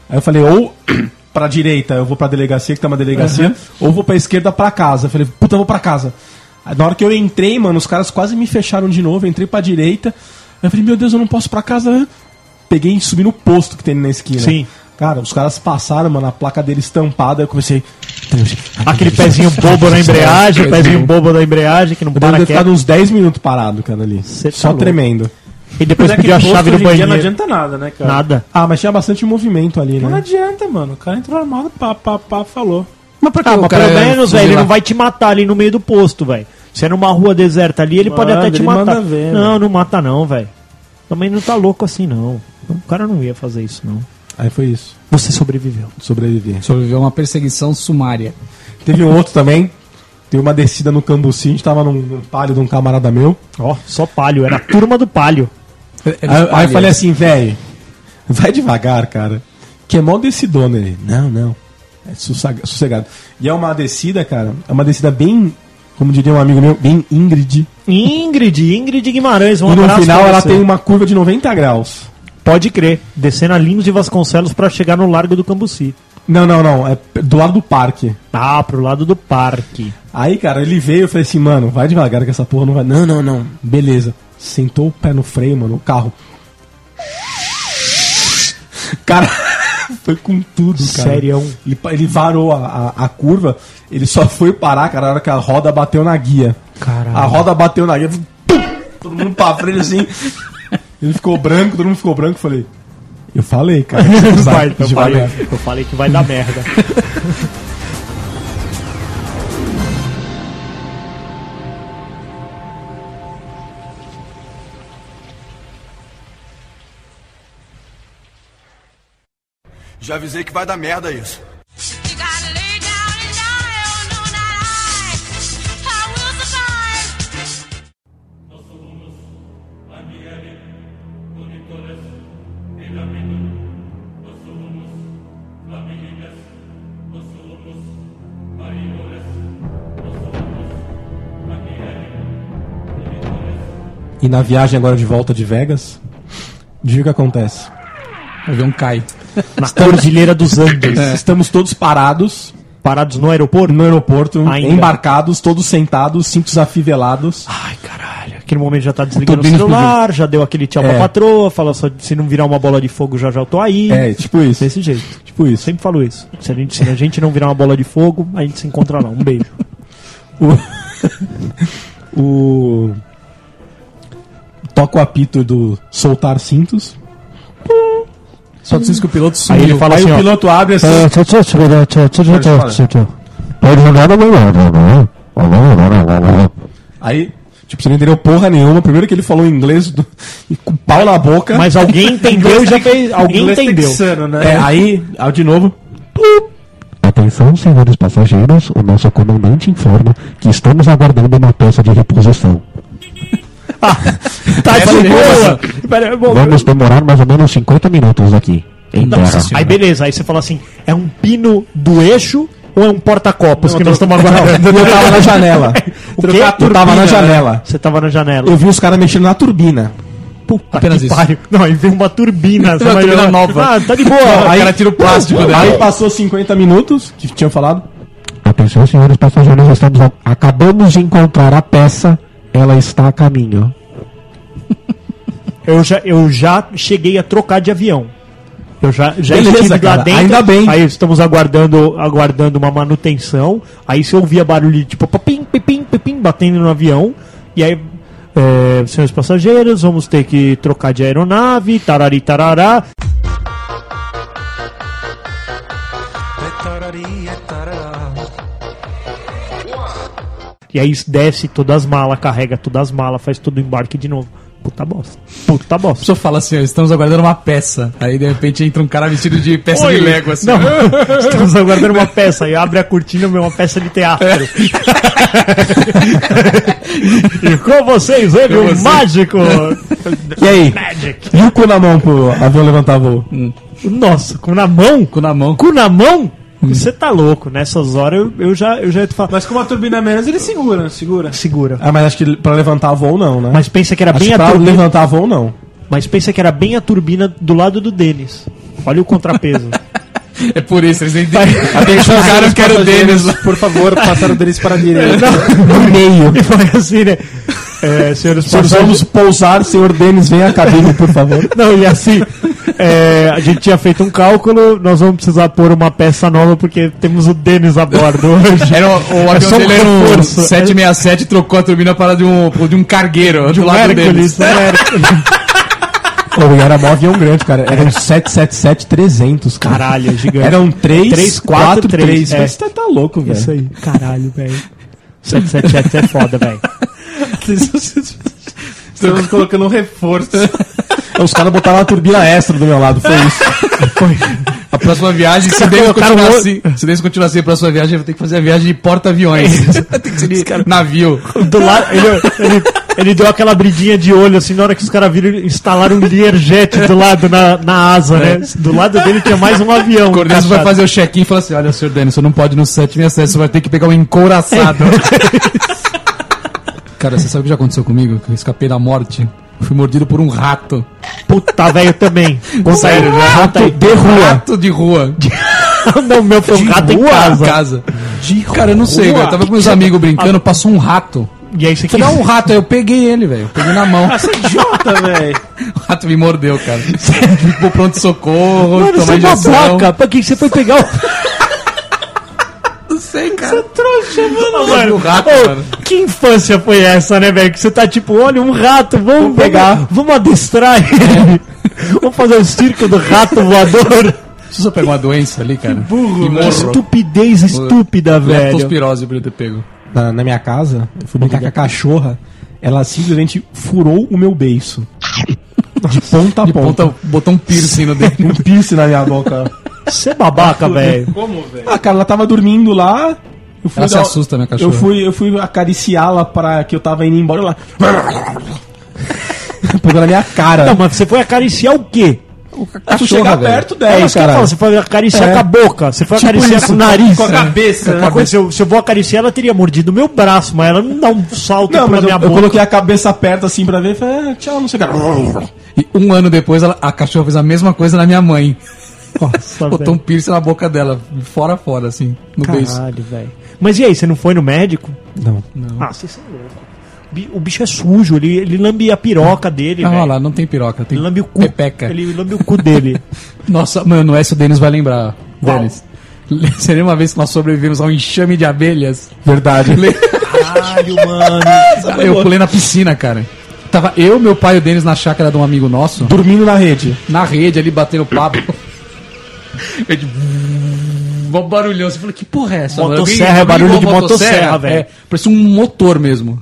A: Aí eu falei, ou pra direita, eu vou pra delegacia, que tá uma delegacia, ou vou pra esquerda pra casa. Eu falei, puta, eu vou pra casa. Aí, na hora que eu entrei, mano, os caras quase me fecharam de novo, eu entrei pra direita. Aí eu falei, meu Deus, eu não posso ir pra casa. Peguei e subi no posto que tem na esquina.
B: Sim.
A: Cara, os caras passaram, mano, a placa dele estampada. Eu comecei. Deus,
B: Aquele pezinho bobo na embreagem, pezinho bobo na embreagem que não
A: eu devo
B: para
A: ter ficado
B: quieto.
A: uns 10 minutos parado, cara, ali.
B: Cê tá
A: Só
B: louco.
A: tremendo.
B: E depois
C: Mas é que
B: pediu a
C: posto
B: chave do
C: hoje em dia Não
B: banheiro.
C: adianta nada, né, cara?
B: Nada.
A: Ah, mas tinha bastante movimento ali,
C: Não
A: né?
C: adianta, mano. O cara entrou armado, pá, pá, pá, falou.
B: Mas pra
D: que
B: ah,
D: o
B: mas
D: cara
B: pelo
D: é
B: menos, velho, ele
D: fuzilar?
B: não vai te matar ali no meio do posto, velho. Se é numa rua deserta ali, ele pode
C: Manda,
B: até te
C: ele
B: matar.
C: manda ver,
B: não,
C: velho.
B: não mata não, velho. Também não tá louco assim, não. O cara não ia fazer isso, não.
A: Aí foi isso.
B: Você sobreviveu.
A: Sobrevivi.
D: Sobreviveu a uma perseguição sumária.
A: Teve um outro também. Teve uma descida no Cambuci. A gente tava num, num palio de um camarada meu.
B: Ó, só palho. Era a turma do palio.
D: É,
B: é um
A: Aí, aí eu falei assim, velho, vai devagar, cara. Que é mó descidona ele. Não, não. É sossega- sossegado. E é uma descida, cara. É uma descida bem, como diria um amigo meu, bem íngrede.
B: Ingrid, Ingrid Guimarães, um
A: e no
B: abraço
A: final
B: pra
A: ela
B: você.
A: tem uma curva de 90 graus.
B: Pode crer. Descendo a Lins de Vasconcelos pra chegar no Largo do Cambuci.
A: Não, não, não. É do lado do parque.
B: Ah, pro lado do parque.
A: Aí, cara, ele veio eu falei assim, mano, vai devagar que essa porra não vai. Não, não, não. Beleza. Sentou o pé no freio, mano, o carro. Cara, foi com tudo, cara.
B: Sério.
A: Ele, pa- ele varou a, a- a curva, ele só foi parar, cara, na hora que a roda bateu na guia.
B: Caralho.
A: A roda bateu na guia, pum, todo mundo pra frente assim. Ele ficou branco, todo mundo ficou branco, eu falei. Eu falei, cara.
B: Vai,
A: Vai
B: então eu, falei,
A: devagar.
B: eu falei que vai dar merda.
E: Já avisei que vai dar merda isso.
F: You gotta lay down and die. Oh no, not I. I will survive.
A: E na viagem agora de volta de Vegas, diga o que acontece.
D: O avião cai.
B: Na Cordilheira dos Andes.
A: Estamos todos parados
B: É. Parados no aeroporto.
A: no aeroporto,
B: Ainda.
A: embarcados, todos sentados, cintos afivelados.
B: Ai, caralho. Aquele momento já tá desligando o
D: Turbina
B: celular, já deu aquele tchau pra
A: É.
B: patroa, fala só se não virar uma bola de fogo, já já eu tô aí.
A: É, tipo isso.
B: Desse jeito.
A: Tipo isso.
B: Sempre falo isso. Se a, gente, se a gente não virar uma bola de fogo, a gente se encontra lá. Um beijo.
A: O. Toca o apito do soltar cintos.
D: Só diz que o piloto sumiu.
B: Aí ele fala
A: Aí
B: assim,
A: o
B: ó.
A: piloto abre assim.
H: né?
A: Aí, tipo, você não entendeu porra nenhuma. Primeiro que ele falou inglês do... e com pau na boca.
B: Mas alguém entendeu e já fez. Alguém
C: Inglês
B: entendeu.
C: texano, né?
A: É, aí, aí de novo.
H: Atenção, senhores passageiros, o nosso comandante informa que estamos aguardando uma peça de reposição.
B: Tá de boa. Pera, bom,
H: Vamos demorar mais ou menos 50 minutos aqui, em terra.
B: Aí beleza, aí você fala assim: é um pino do eixo ou é um porta-copos que nós estamos aguardando?
A: Eu tava na janela.
B: O
A: Eu
B: quê?
A: tava na
B: Turbina, né?
A: janela.
B: Você tava na janela.
A: Eu vi os caras mexendo na turbina.
B: Puta
D: Apenas
B: que
D: isso.
B: pariu. Não, aí veio uma turbina. você
D: Uma
B: vai-
D: turbina nova.
B: Ah, tá de boa.
A: aí,
D: cara tira o plástico dela.
A: Aí passou 50 minutos, que tinham falado.
H: Atenção, senhores passageiros, estamos a- acabamos de encontrar a peça, ela está a caminho.
B: Eu já, eu já cheguei a trocar de avião. Eu já, já
A: Beleza,
B: estive lá
A: cara,
B: dentro.
A: ainda bem.
B: Aí estamos aguardando, aguardando uma manutenção. Aí você ouvia barulho de tipo pim, pim, pim, batendo no avião. E aí, é, senhores passageiros, vamos ter que trocar de aeronave, tarari tarará. E aí desce todas as malas, carrega todas as malas, faz todo o embarque de novo. Puta bosta. Puta bosta.
D: pessoa fala assim, ó, estamos aguardando uma peça. Aí de repente entra um cara vestido de peça
B: Oi.
D: de Lego, assim.
B: Não, estamos aguardando uma peça. E abre a cortina, meu, uma peça de teatro. e com vocês, ele, o mágico.
A: E aí?
B: Magic. Hum.
A: E o cu na mão pro avião levantar voo?
B: Nossa, com na mão?
D: Com na mão.
B: Com na mão? Você tá louco. Nessas horas eu, eu já, eu já ia te falar.
C: Mas com uma turbina menos, ele segura, né? Segura.
B: Segura.
A: Ah, mas acho que pra levantar voo não, né?
B: Mas pensa que era
A: Acho
B: bem
A: que
B: a
A: pra
B: turbina.
A: levantar voo não.
B: Mas pensa que era bem a turbina do lado do Denis. Olha o contrapeso.
D: É por isso, eles nem
A: Atenção,
D: cara, eu quero o Denis.
A: Por favor, passaram o Denis para a direita.
B: no meio. E foi assim, né? é, senhores
A: Senhores, vamos pousar, senhor Denis, vem à cabine, por favor.
B: Não, e assim, é, a gente tinha feito um cálculo, nós vamos precisar pôr uma peça nova porque temos o Denis a bordo hoje.
D: Era o, o
B: É
D: avião
B: só um
D: dele era um
B: reforço.
D: 767 trocou a turbina para de um, de um cargueiro do lado deles.
B: Hércules, né? Hércules.
A: Pô, e era mó avião grande, cara. Era um 777-300, cara.
B: Caralho, é gigante.
A: Era um 3,
B: Três,
A: 3
B: quatro,
A: 4, 3.
B: três, é.
A: Você tá, tá louco, velho.
B: Isso aí. Caralho, velho. 777 é foda, velho.
C: Estamos colocando um reforço.
A: Os caras botaram uma turbina extra do meu lado, foi isso.
D: A próxima viagem, se Denis continuar assim, se Denis continuar assim a próxima viagem, eu vou ter que fazer a viagem de porta-aviões. Tem que ser de Um navio.
B: Do lado, ele, ele, ele deu aquela abridinha de olho, assim, na hora que os caras viram, instalaram um Learjet do lado, na, na asa, né? Do lado dele tinha mais um avião.
D: O Cornelis vai
B: encaixado.
D: fazer o check-in e fala assim: olha, senhor Denis, você não pode ir no 767, você vai ter que pegar um encouraçado. Cara, você sabe o que já aconteceu comigo? Que eu escapei da morte. Fui mordido por um rato.
B: Puta, velho, também.
D: Sério,
B: já. Rato Tá aí.
D: de rua. Um Rato de rua. De
B: Não, meu, foi um rato em casa.
D: casa. Cara, eu não sei, velho. Eu Tava com meus amigos brincando, passou um rato.
B: E aí você
D: Falei, dá um rato. Aí eu peguei ele, velho. Peguei na mão.
C: Jota, velho.
D: O rato me mordeu, cara. Ficou pronto-socorro,
B: Mano, você
D: tomar
B: é
D: injeção.
B: babaca. Pra que você foi pegar o... é
D: Não sei, cara.
B: mano,
D: o rato,
B: ô,
D: mano.
B: Que infância foi essa, né, velho? Que você tá tipo, olha, um rato, vamos,
A: pegar.
B: pegar. Vamos adestrar ele. vamos fazer o circo do rato voador.
D: Você só pegou uma doença ali, cara. Burro,
B: Que estupidez estúpida, é
D: é
B: velho.
D: Leptospirose eu podia ter pego.
A: Na, na minha casa, eu fui brincar com a cachorra. Ela simplesmente furou o meu beiço. De ponta a
D: De ponta,
A: ponta.
D: botou um piercing no dedo.
A: Um piercing na minha boca.
B: Você é babaca, velho.
C: Como, velho?
A: Ah, cara, ela tava dormindo lá. Eu fui
D: Ela se assusta, minha cachorra.
A: Eu fui, eu fui acariciá-la pra que eu tava indo embora lá. Pegou na minha cara.
B: Não, mas você foi acariciar o quê?
A: Eu fui chegar perto
B: É,
A: dela,
B: isso que eu
A: cara.
B: falo, você foi acariciar
A: É.
B: com a boca, você foi acariciar
A: isso, Tipo
B: com o nariz.
C: Com a cabeça,
B: Uma
C: né?
B: coisa, se, eu, se eu vou acariciar, ela teria mordido meu braço, mas ela não dá um salto
A: Não,
B: pela
A: mas eu,
B: minha
A: eu
B: boca.
A: coloquei a cabeça perto assim pra ver e falei, ah, tchau, não sei o que.
D: E um ano depois, ela- a cachorra fez a mesma coisa na minha mãe.
B: Nossa,
D: Botou um piercing na boca dela, fora fora, assim, no beijo.
B: Caralho, velho. Mas e aí, você não foi no médico?
A: Não.
B: Ah, vocês são loucos. Bi- O bicho é sujo, ele, ele lambe a piroca dele,
D: Ah, olha
B: velho.
D: lá, não tem piroca, tem
B: Ele lambe o cu.
D: pepeca.
B: Ele lambe o cu dele.
D: Nossa, mano, essa o Denis vai lembrar.
B: Qual?
D: Denis. Seria uma vez que nós sobrevivemos a um enxame de abelhas.
A: Verdade.
B: Caralho, mano.
D: eu pulei na piscina, cara. Tava eu, meu pai e o Denis na chácara de um amigo nosso,
A: Dormindo na rede.
D: na rede ali batendo papo. Eu de... Mó barulhão. Você falou, que porra é essa? mano? Alguém-
B: Motosserra, é
D: alguém
B: barulho
D: ligou
B: de
D: a
B: motosserra, velho.
D: É, parecia um motor mesmo.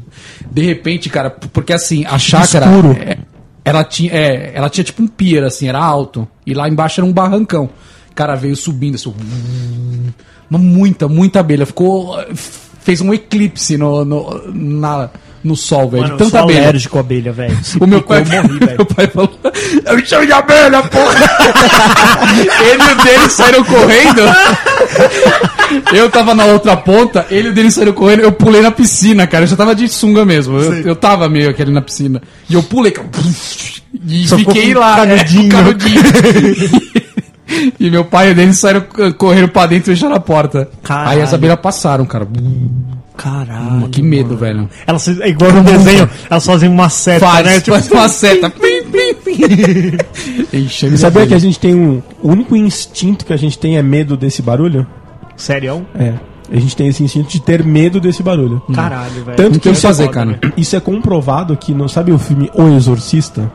D: De repente, cara, p- porque assim, a chácara.
A: escuro.
D: é, ela, tinha, é, ela tinha tipo um pier, assim, era alto. E lá embaixo era um barrancão. O cara veio subindo, assim. Uma muita, muita abelha. Ficou. Fez um eclipse no, no, na- no sol, velho. de
B: Mano, eu sou
D: Tanta abelha.
B: alérgico à abelha, velho. Se
D: O meu
B: picou,
D: pai,
B: eu morri,
D: meu
B: velho.
D: pai falou: Eu me chamo de abelha, porra! ele e o dele saíram correndo. Eu tava na outra ponta, ele e o dele saíram correndo. Eu pulei na piscina, cara. Eu já tava de sunga mesmo. Eu, eu tava meio aquele na piscina. E eu pulei. cara, E
B: Só ficou
D: fiquei
B: com
D: lá, é,
B: canudinho.
D: com canudinho. E meu pai e o dele saíram co- correndo pra dentro e fecharam a porta.
B: Caralho.
D: Aí as abelhas passaram, cara. Hum,
B: Caralho.
D: Que medo, velho.
B: Elas, se- é igual no desenho, elas fazem uma seta,
D: Faz,
B: né? Tipo,
D: faz uma seta. Plim, plim, plim. Enche
A: E
D: minha
A: sabia que
D: abelha.
A: a gente tem um. O único instinto que a gente tem é medo desse barulho?
B: sério? um
A: É. Hum. A gente tem esse instinto de ter medo desse barulho.
B: Caralho, velho.
A: Tanto que
D: tem o
A: isso,
D: que fazer,
A: é,
D: cara.
A: isso é comprovado que, não sabe o filme O Exorcista?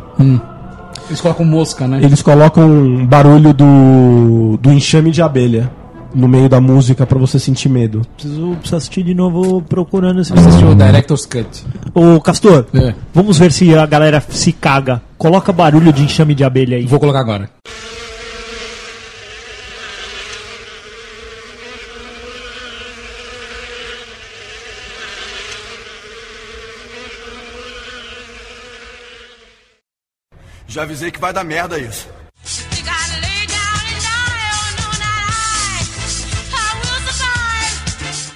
D: Eles colocam mosca, né?
A: Eles colocam um barulho do, do enxame de abelha no meio da música pra você sentir medo.
B: Preciso, preciso assistir de novo procurando esse
D: Você assistiu o Director's Cut.
B: Ô, Castor,
D: É.
B: vamos ver se a galera se caga. Coloca barulho de enxame de abelha aí.
D: Vou colocar agora.
E: Já avisei que vai dar merda isso.
F: You gotta lay down and die on no night. I will survive.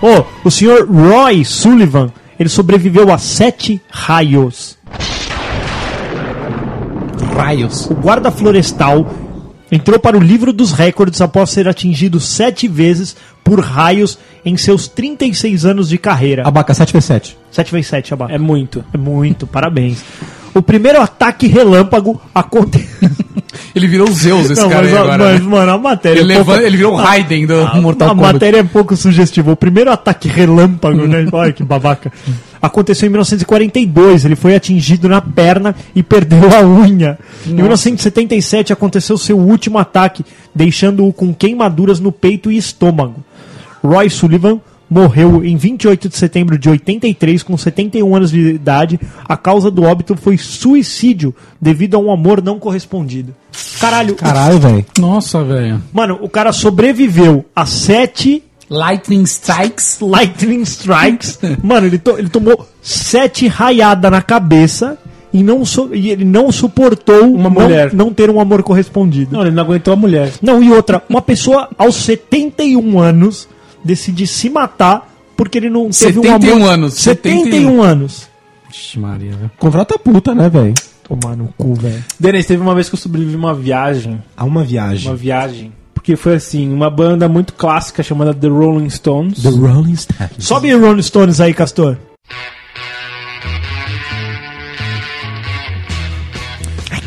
B: Ô, o senhor Roy Sullivan, ele sobreviveu a sete raios.
D: Raios.
B: O guarda florestal entrou para o livro dos recordes após ser atingido sete vezes por raios em seus 36 anos de carreira.
A: Abaca 7v7.
B: 7 vezes 7, Abaca.
C: É muito.
B: É muito, parabéns. O primeiro ataque relâmpago aconteceu.
D: Ele virou o Zeus, esse cara aí agora. né?
B: mano, a matéria.
D: Ele,
B: é pouco-
D: levanta- ele virou o
B: a-
D: Raiden do
B: a-
D: Mortal
B: a
D: Kombat.
B: matéria é pouco sugestiva. O primeiro ataque relâmpago, né?
D: Uhum.
B: Olha que babaca. Aconteceu em 1942. Ele foi atingido na perna e perdeu a unha. Em 1977 aconteceu seu último ataque, deixando-o com queimaduras no peito e estômago. Roy Sullivan morreu em 28 de setembro de 83, com 71 anos de idade. A causa do óbito foi suicídio devido a um amor não correspondido. Caralho,
A: Caralho, velho.
D: Nossa, velho.
B: Mano, o cara sobreviveu a sete
D: Lightning Strikes.
B: Lightning Strikes. Mano, ele, to- ele tomou sete raiadas na cabeça e, não so- e ele não suportou
C: Uma
B: não,
C: mulher.
B: não ter um amor correspondido.
C: Não, ele não aguentou a mulher.
B: Não, e outra, uma pessoa aos 71 anos decide se matar porque ele não teve um amor...
D: 71 anos,
B: 71,
D: 71
B: anos.
D: Vixe, Maria, velho.
A: Contrata puta, né, velho?
B: Tomar no cu, velho.
C: Denis, teve uma vez que eu sobrevivi uma viagem.
A: Há uma viagem.
C: Uma viagem. Porque foi assim, uma banda muito clássica chamada The Rolling Stones.
A: The Rolling Stones.
B: Sobe Rolling Stones aí, Castor.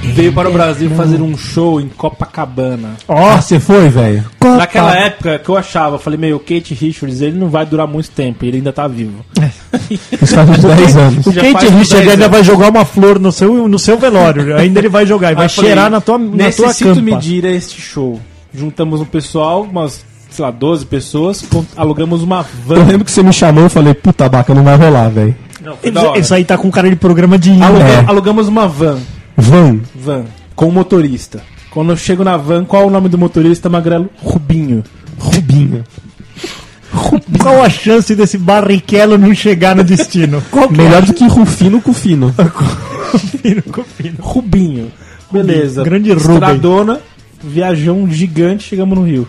C: Veio para o Brasil fazer um show em Copacabana.
A: Ó, você foi, velho?
C: Naquela época que eu achava, eu falei, meu, o Kate Richards, ele não vai durar muito tempo, ele ainda tá vivo.
A: Isso faz uns 10 anos.
B: O
C: Já
B: Kate
C: faz uns
B: Richard
C: 10
B: ainda
C: anos.
B: vai jogar uma flor no seu, no seu velório. Ainda ele vai jogar e vai
C: Aí Ah, eu falei,
B: cheirar na tua, na tua
C: Necessito
B: campa.
C: medir este show. Juntamos um pessoal, umas, sei lá, 12 pessoas, com- alugamos uma
A: Eu
C: van.
A: lembro que você me chamou e falei, puta, Abaca, não vai rolar, velho.
C: Não, foi da
B: Isso,
C: hora. Ah,
B: isso aí tá com cara de programa de índio. né?
C: Aluga-
A: É.
C: Alugamos uma van,
A: Van.
C: van, com um motorista. Quando eu chego na van, qual é o nome do motorista, Magrelo? Rubinho.
A: Rubinho.
B: Qual a chance desse barrichello não chegar no destino? Qual que é?
A: Melhor do que Rufino com Fino.
C: Rubinho. Beleza.
B: Grande Rubem.
C: Estradona, viajão gigante, chegamos no Rio.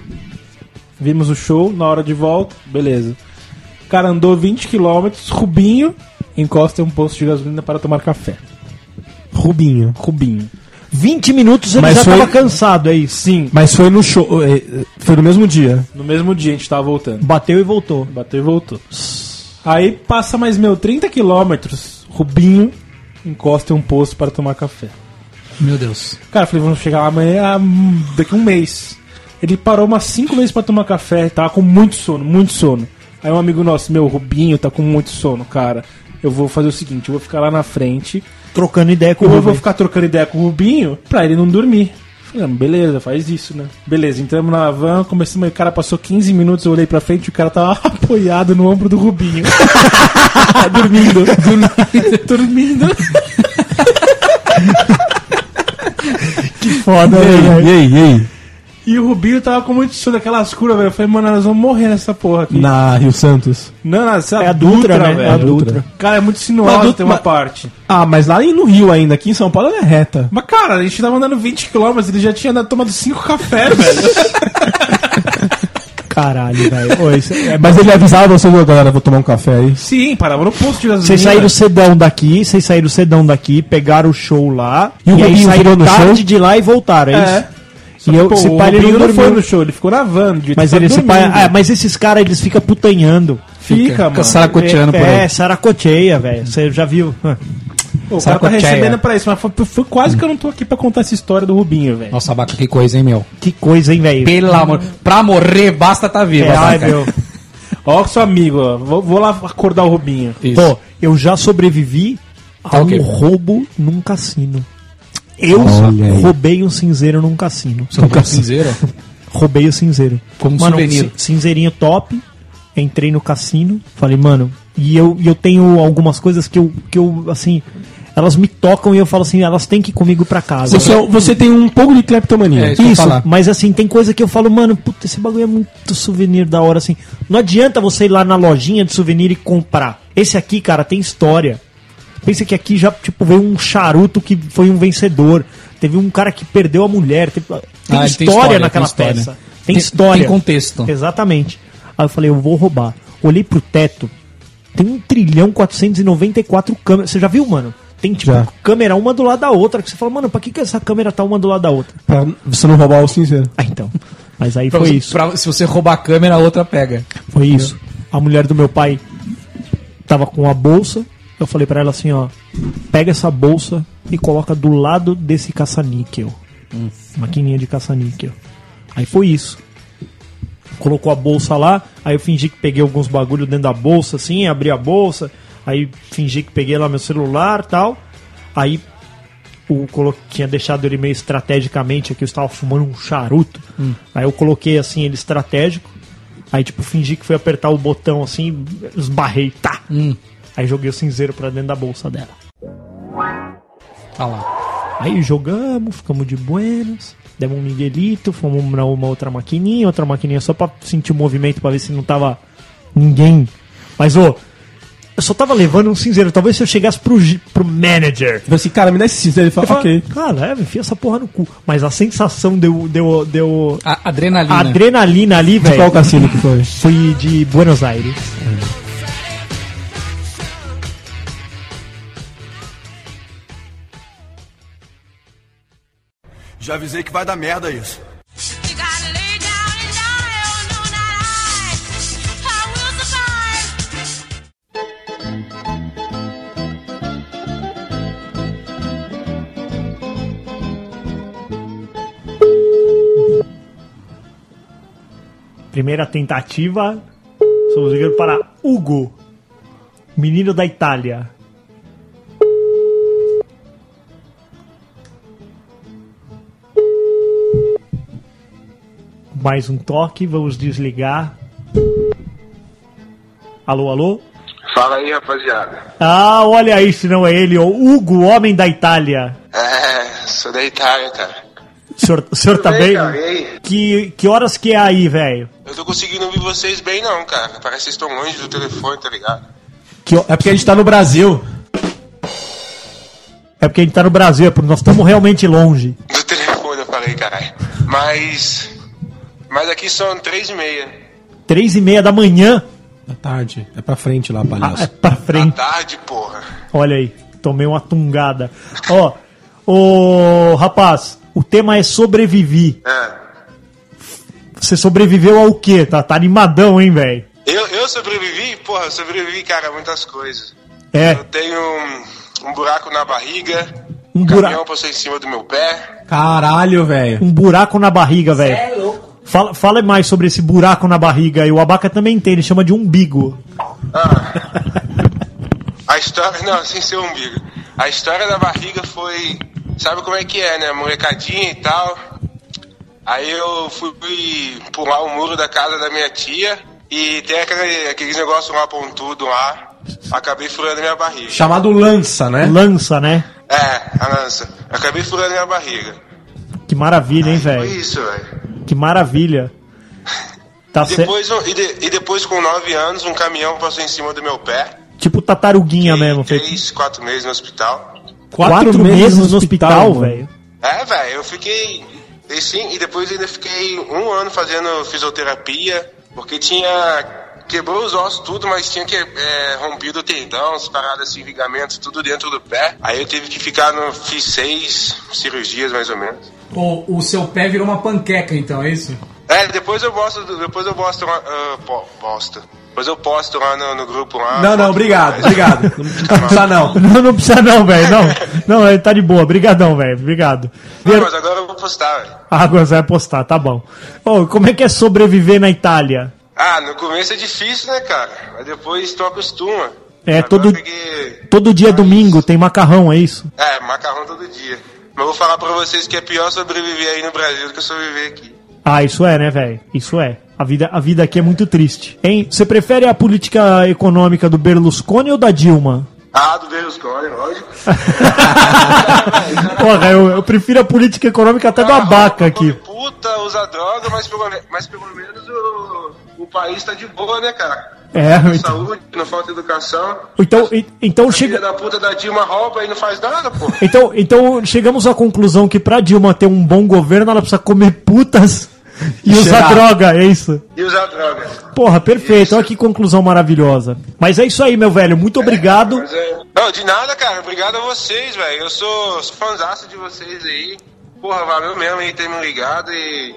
C: Vimos o show, na hora de volta, beleza. O cara andou 20 km, Rubinho, encosta em um posto de gasolina para tomar café.
A: Rubinho.
C: Rubinho.
B: 20 minutos ele
A: Mas
B: já
A: foi-
B: tava cansado, é isso?
C: Sim,
A: Mas foi no show. eh, eh, Foi no mesmo dia.
C: no mesmo dia a gente tava voltando.
B: Bateu e voltou.
C: Bateu e voltou. Aí passa mais, meu, 30 quilômetros, Rubinho, encosta em um posto para tomar café.
D: Meu Deus.
C: Cara, eu falei, vamos chegar lá amanhã, ah, hum, daqui a um mês. Ele parou umas cinco vezes pra tomar café, tava com muito sono, muito sono. Aí um amigo nosso, meu, Rubinho, tá com muito sono, cara. Eu vou fazer o seguinte, eu vou ficar lá na frente,
B: Trocando ideia com
C: ou
B: o
C: eu vou
B: Rubens.
C: ficar trocando ideia com o Rubinho pra ele não dormir. Falei, não, beleza, faz isso, né? Beleza, entramos na van, começamos, o cara passou 15 minutos, eu olhei pra frente e o cara tava apoiado no ombro do Rubinho. dormindo. Dormindo. dormindo.
A: Foda, né? E aí, e aí?
C: E o Rubinho tava com muito sono daquelas curas, velho. Eu falei, mano, nós vamos morrer nessa porra aqui.
A: Na Rio Santos.
C: Não, não, essa
B: É a Dutra, né? É a Dutra.
C: Cara, é muito
A: Mas a
C: sinuosa
A: Dutra-
C: tem uma
A: mas-
C: parte.
A: Ah, mas lá no Rio ainda. Aqui em São Paulo ela é reta.
C: Mas, cara, a gente tava andando 20km, ele já tinha andado- tomado 5 cafés, velho.
B: Caralho, velho. Ô, isso é-
A: Mas ele avisava você, "Ô, galera, vou tomar um café aí.
C: Sim, parava no posto de gasolina.
B: Vocês saíram cedão daqui, vocês saíram cedão daqui, pegaram o show lá,
A: E o
B: aí
A: Rubinho virou
B: saíram
A: no
B: tarde
A: show?
B: de lá e voltaram, é
C: É.
B: isso? E eu,
C: Pô,
B: se
C: o
B: pá, ele
C: Rubinho não foi
B: dormiu.
C: no show, ele ficou na van. devia
B: Mas,
C: ter
B: ele se
C: ficado
B: pá-
C: dormindo.
B: ah, mas esses caras, eles ficam putanhando.
C: Fica, mano.
D: Fica saracoteando por
B: é,
D: aí.
B: é, saracoteia, velho. Você já viu?
C: Pô, o cara tá
B: é?
D: Saracoteia.
C: recebendo pra isso, mas foi, foi quase que eu não tô aqui pra contar essa história do Rubinho, velho.
D: Nossa, Abaca, que coisa, hein, meu?
B: Que coisa, hein, velho?
D: Pelo amor. Pra morrer, basta tá vivo.
B: É, ai,
D: Abaca.
B: meu.
C: Ó, o seu amigo, ó. Vou, vou lá acordar o Rubinho.
D: Isso.
B: Pô, eu já sobrevivi
D: Tá
B: a um
D: ok.
B: roubo num cassino. Eu
A: Olha aí.
B: roubei um cinzeiro num cassino. um
D: Você não tem cinzeiro?
B: Roubei o cinzeiro.
D: Como
B: mano,
D: souvenir.
B: cin- Cinzeirinho top. Entrei no cassino. Falei, mano, e eu, e eu tenho algumas coisas que eu, que eu, assim, elas me tocam e eu falo assim, elas têm que ir comigo pra casa.
A: Você, você tem um pouco de cleptomania.
D: É, isso que eu ia falar.
B: Mas assim, tem coisa que eu falo, mano, puta, esse bagulho é muito souvenir da hora, assim. Não adianta você ir lá na lojinha de souvenir e comprar. Esse aqui, cara, tem história. Pensa que aqui já, tipo, veio um charuto que foi um vencedor. Teve um cara que perdeu a mulher. Teve- Tem,
D: Ah, ele
B: história,
D: tem história,
B: naquela
D: tem história.
B: peça. Tem,
D: Tem-
B: história.
D: tem contexto.
B: Exatamente. Aí eu falei, eu vou um roubar. Olhei pro teto, tem 1 trilhão 494 câmeras. Você já viu, mano? Tem tipo
A: Já.
B: câmera uma do lado da outra, que você fala, mano, pra que, que essa câmera tá uma do lado da outra?
A: Pra você não roubar o cinzeiro.
B: Ah, então. Mas aí
D: Pra
B: foi
D: você-
B: isso.
D: pra- se você roubar a câmera, a outra pega.
B: Foi isso. A mulher do meu pai tava com a bolsa. Eu falei pra ela assim, ó, pega essa bolsa e coloca do lado desse caça-níquel. Maquininha de caça-níquel. Aí foi isso. Colocou a bolsa lá, aí eu fingi que peguei alguns bagulho dentro da bolsa, assim, abri a bolsa, aí fingi que peguei lá meu celular tal. Aí o colo- tinha deixado ele meio estrategicamente aqui, eu estava fumando um charuto. Aí eu coloquei assim ele estratégico. Aí tipo fingi que fui apertar o botão assim, esbarrei, tá.
D: Hum.
B: Aí joguei o cinzeiro pra dentro da bolsa dela.
D: Ah lá.
B: Aí jogamos, ficamos de buenas, demos um miguelito, fomos na uma outra maquininha, outra maquininha só pra sentir o movimento, pra ver se não tava ninguém. Mas, ô, eu só tava levando um cinzeiro, talvez se eu chegasse pro, gi- pro manager...
A: Falei assim, cara, me dá esse cinzeiro. Ele
B: Eu
A: fala,
B: falava,
A: ok.
B: Cara, leva, enfia essa porra no cu. Mas a sensação deu, deu, deu
D: A adrenalina.
B: a adrenalina ali,
A: De qual
B: velho.
A: cassino que foi?
B: Foi de Buenos Aires.
E: Já avisei que vai dar merda isso.
F: You gotta lay down and die. Oh no, oh, not I. I will survive.
B: Primeira tentativa. Somos ligando para Hugo, menino da Itália. Mais um toque, vamos desligar. Alô, alô?
I: Fala aí, rapaziada.
B: Ah, olha aí se não é ele, o Hugo, homem da Itália.
I: É, sou da Itália, cara.
B: O senhor, o senhor tá
I: Tudo bem,
B: bem?
I: cara? E aí?
B: Que, que horas que é aí, velho?
I: Eu tô conseguindo ouvir vocês bem, não, cara. Parece que vocês estão longe do telefone, tá ligado?
A: Que- é porque a gente tá no Brasil.
B: É porque a gente tá no Brasil, é porque nós estamos realmente longe.
I: Do telefone, eu falei, caralho. Mas. Mas aqui são três e meia.
B: Três e meia da manhã,
A: Da tarde. É pra frente lá,
B: Ah, é
A: palhaço.
B: pra
I: À
B: frente.
I: tarde, porra.
B: Olha aí, tomei uma tungada. Ó, ô rapaz, o tema é sobreviver.
I: É.
B: Você sobreviveu ao quê? Tá, tá animadão, hein, velho?
I: Eu, eu sobrevivi? Porra, eu sobrevivi, cara, a muitas coisas. Eu
B: É,
I: tenho um, um buraco na barriga,
B: um,
I: um
B: bura
I: caminhão passou em cima do meu pé.
A: é. Caralho, velho.
B: um buraco na barriga, velho. Fala, fala mais sobre esse buraco na barriga. E o Abaca também tem, ele chama de umbigo.
I: A história. Não, sem ser umbigo. A história da barriga foi. Sabe como é que é, né? Molecadinha e tal. Aí eu fui, fui pular o muro da casa da minha tia e tem aquele, aqueles negócios lá pontudo lá. Acabei furando minha barriga.
A: Chamado lança, né?
B: Lança, né?
I: É, a lança. Acabei furando minha barriga.
B: Que maravilha, hein,
I: Foi
B: velho?
I: isso, velho.
B: Que maravilha. Tá
I: E
B: certo.
I: Depois, um- e, de- e depois, com 9 anos, um caminhão passou em cima do meu pé.
B: Tipo tartaruguinha
I: Fiquei
B: mesmo. Feito.
I: Três, quatro meses no hospital.
B: Quatro, meses no hospital, velho.
I: É, velho, eu fiquei. E sim, e depois ainda fiquei um ano fazendo fisioterapia, porque tinha. Quebrou os ossos tudo, mas tinha que, é, rompido o tendão, as paradas assim, ligamentos, tudo dentro do pé. Aí eu tive que ficar no. Fiz seis cirurgias mais ou menos.
D: O, o seu pé virou uma panqueca, então, é isso?
I: É, depois eu posto. Depois eu posto lá. ah, po- posto. Depois eu posto lá no, no grupo lá.
A: Não, não, obrigado, obrigado. Não precisa não.
B: Não, não precisa não, velho. Não, não, ele tá de boa. Obrigadão, velho. Obrigado.
I: Não, mas agora eu vou postar, velho.
B: Ah, agora você vai postar, tá bom. Ô, como é que é sobreviver na Itália?
I: Ah, no começo é difícil, né, cara? Mas depois tu acostuma.
B: É,
I: Agora
B: todo-
I: eu peguei-
B: Todo dia é domingo tem macarrão, é isso?
I: É, macarrão todo dia. Mas eu vou falar pra vocês que é pior sobreviver aí no Brasil do que sobreviver aqui.
B: Ah, isso é, né, velho? Isso é. A vida, a vida aqui é muito triste. Hein? Você prefere a política econômica do Berlusconi ou da Dilma?
I: Ah, do Berlusconi, lógico.
B: Porra, eu, eu prefiro a política econômica até do abaca
I: Ah,
B: É aqui.
I: come Puta, usa droga, mas pelo, me- mas pelo menos o, o país tá de boa, né, cara?
B: É, então,
I: Saúde, não falta educação.
B: então, e- então
I: Filha
B: chega.
I: da puta da Dilma rouba e não faz nada, pô.
B: Então, então chegamos à conclusão que pra Dilma ter um bom governo, ela precisa comer putas E usar droga, é isso.
I: E usar drogas.
B: Porra, perfeito. Olha que conclusão maravilhosa. Mas é isso aí, meu velho. Muito obrigado.
I: Mas é- Não, de nada, cara. Obrigado a vocês, velho. Eu sou fãzaço de vocês aí. Porra, valeu mesmo aí ter me ligado e.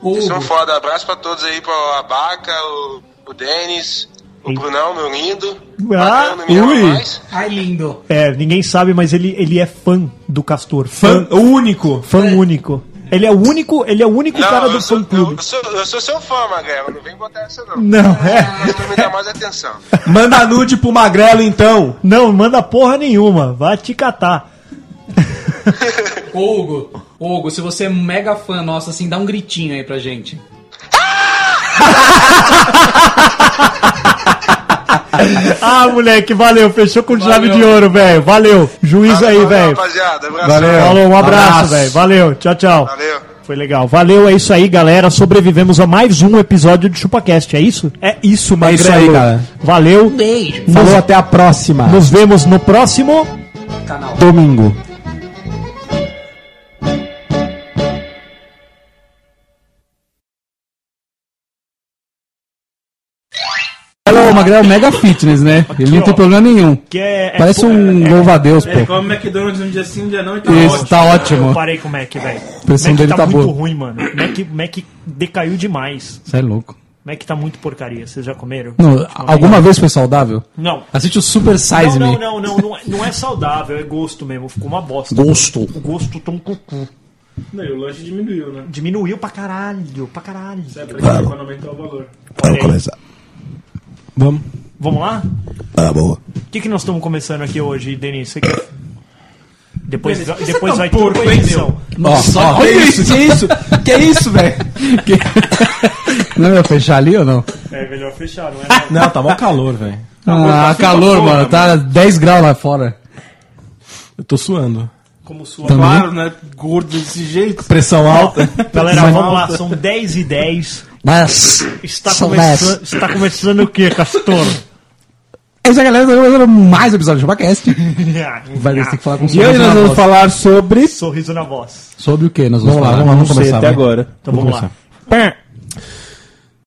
I: Vocês são foda. Abraço pra todos aí, pro Abaca, o, o Denis, o Brunão, meu lindo.
B: Ah,
I: Adriano, me ama
A: ui.
I: mais.
D: Ai, lindo.
B: É, ninguém sabe, mas ele, ele é fã do Castor.
A: Fã, o único.
B: Fã único. Ele é o único, ele é o único
I: Não,
B: cara do
I: eu, sou,
B: fã clube.
I: eu, eu sou, eu sou seu fã, Magrela. Não vem botar essa, não.
B: Não, é.
I: Mas pra me dar mais atenção.
A: Manda nude pro Magrelo, então.
B: Não, manda porra nenhuma. Vai te catar.
D: Ô, Hugo, ô, Hugo, se você é mega fã nossa, assim, dá um gritinho aí pra gente.
B: Ah, moleque, valeu. Fechou com chave
D: Valeu.
B: de ouro, velho. Valeu. Juiz aí,
I: Valeu,
B: velho.
I: Rapaziada, abraço.
B: Falou, um abraço,
A: Abraço.
B: velho. Valeu. Tchau, tchau.
I: Valeu.
B: Foi legal. Valeu, é isso aí, galera. Sobrevivemos a mais um episódio de ChupaCast, é isso? É isso, Magrelo.
A: isso aí, galera.
B: Valeu.
J: Beijo.
A: Falou,
B: Nos,
A: até a próxima.
B: nos vemos no próximo.
D: Canal.
A: domingo.
D: Ela é o Magrelo mega fitness, né? Ele não tem problema nenhum.
B: Que é, é-
D: Parece um louva-a-deus,
C: Ele
D: pô.
C: come McDonald's um dia sim, um dia não e tá
D: Isso, tá
B: Eu
D: ótimo.
B: parei com o Mac, velho.
D: pressão
B: Mac
D: dele tá
B: muito
D: boa.
B: ruim, mano. Mac, Mac decaiu demais.
D: Você é louco.
B: Mac tá muito porcaria. Vocês já comeram?
D: Não, alguma vez foi saudável?
B: Não.
D: Assiste o Super Size
B: Não,
D: Me.
B: não, não, não, não é, não é saudável, é gosto mesmo, ficou uma bosta.
D: Gosto.
B: O gosto tão cucu.
C: Não, e o lanche diminuiu, né?
B: Diminuiu pra caralho, pra caralho.
C: É pra claro. aumentar o valor.
B: Olha aí.
A: Vamos.
B: Vamos lá?
H: Ah, boa.
B: O que, que nós estamos começando aqui hoje, Denis? Você quer... Depois,
C: Denis, você
B: depois
C: tá
B: vai
C: um porco,
B: tudo pra
C: hein,
B: edição.
D: Nossa, ó,
A: que isso, que isso? Que isso, velho?
D: Não ia fechar ali ou não?
B: É melhor fechar, não é?
A: Não, tá mó calor, velho.
D: Ah, calor, mano. Tá 10 graus lá fora.
A: Eu tô suando.
B: Como sua.
D: Também.
C: Claro, né? Gordo desse jeito.
A: Pressão alta.
B: Galera, vamos lá, são 10 e 10.
D: Mas.
B: Está
D: são
B: começando, está começando o que, Castor?
D: É isso aí, galera. Era mais um episódio de Chupacast. Vai ter que falar com o
C: E hoje nós vamos falar sobre.
B: Sorriso na voz.
D: Sobre o que nós vamos,
A: Vamos lá,
D: falar?
A: vamos lá, vamos
C: Não sei
A: começar.
C: até
A: vai.
C: agora.
B: Então vamos lá.
C: Pé.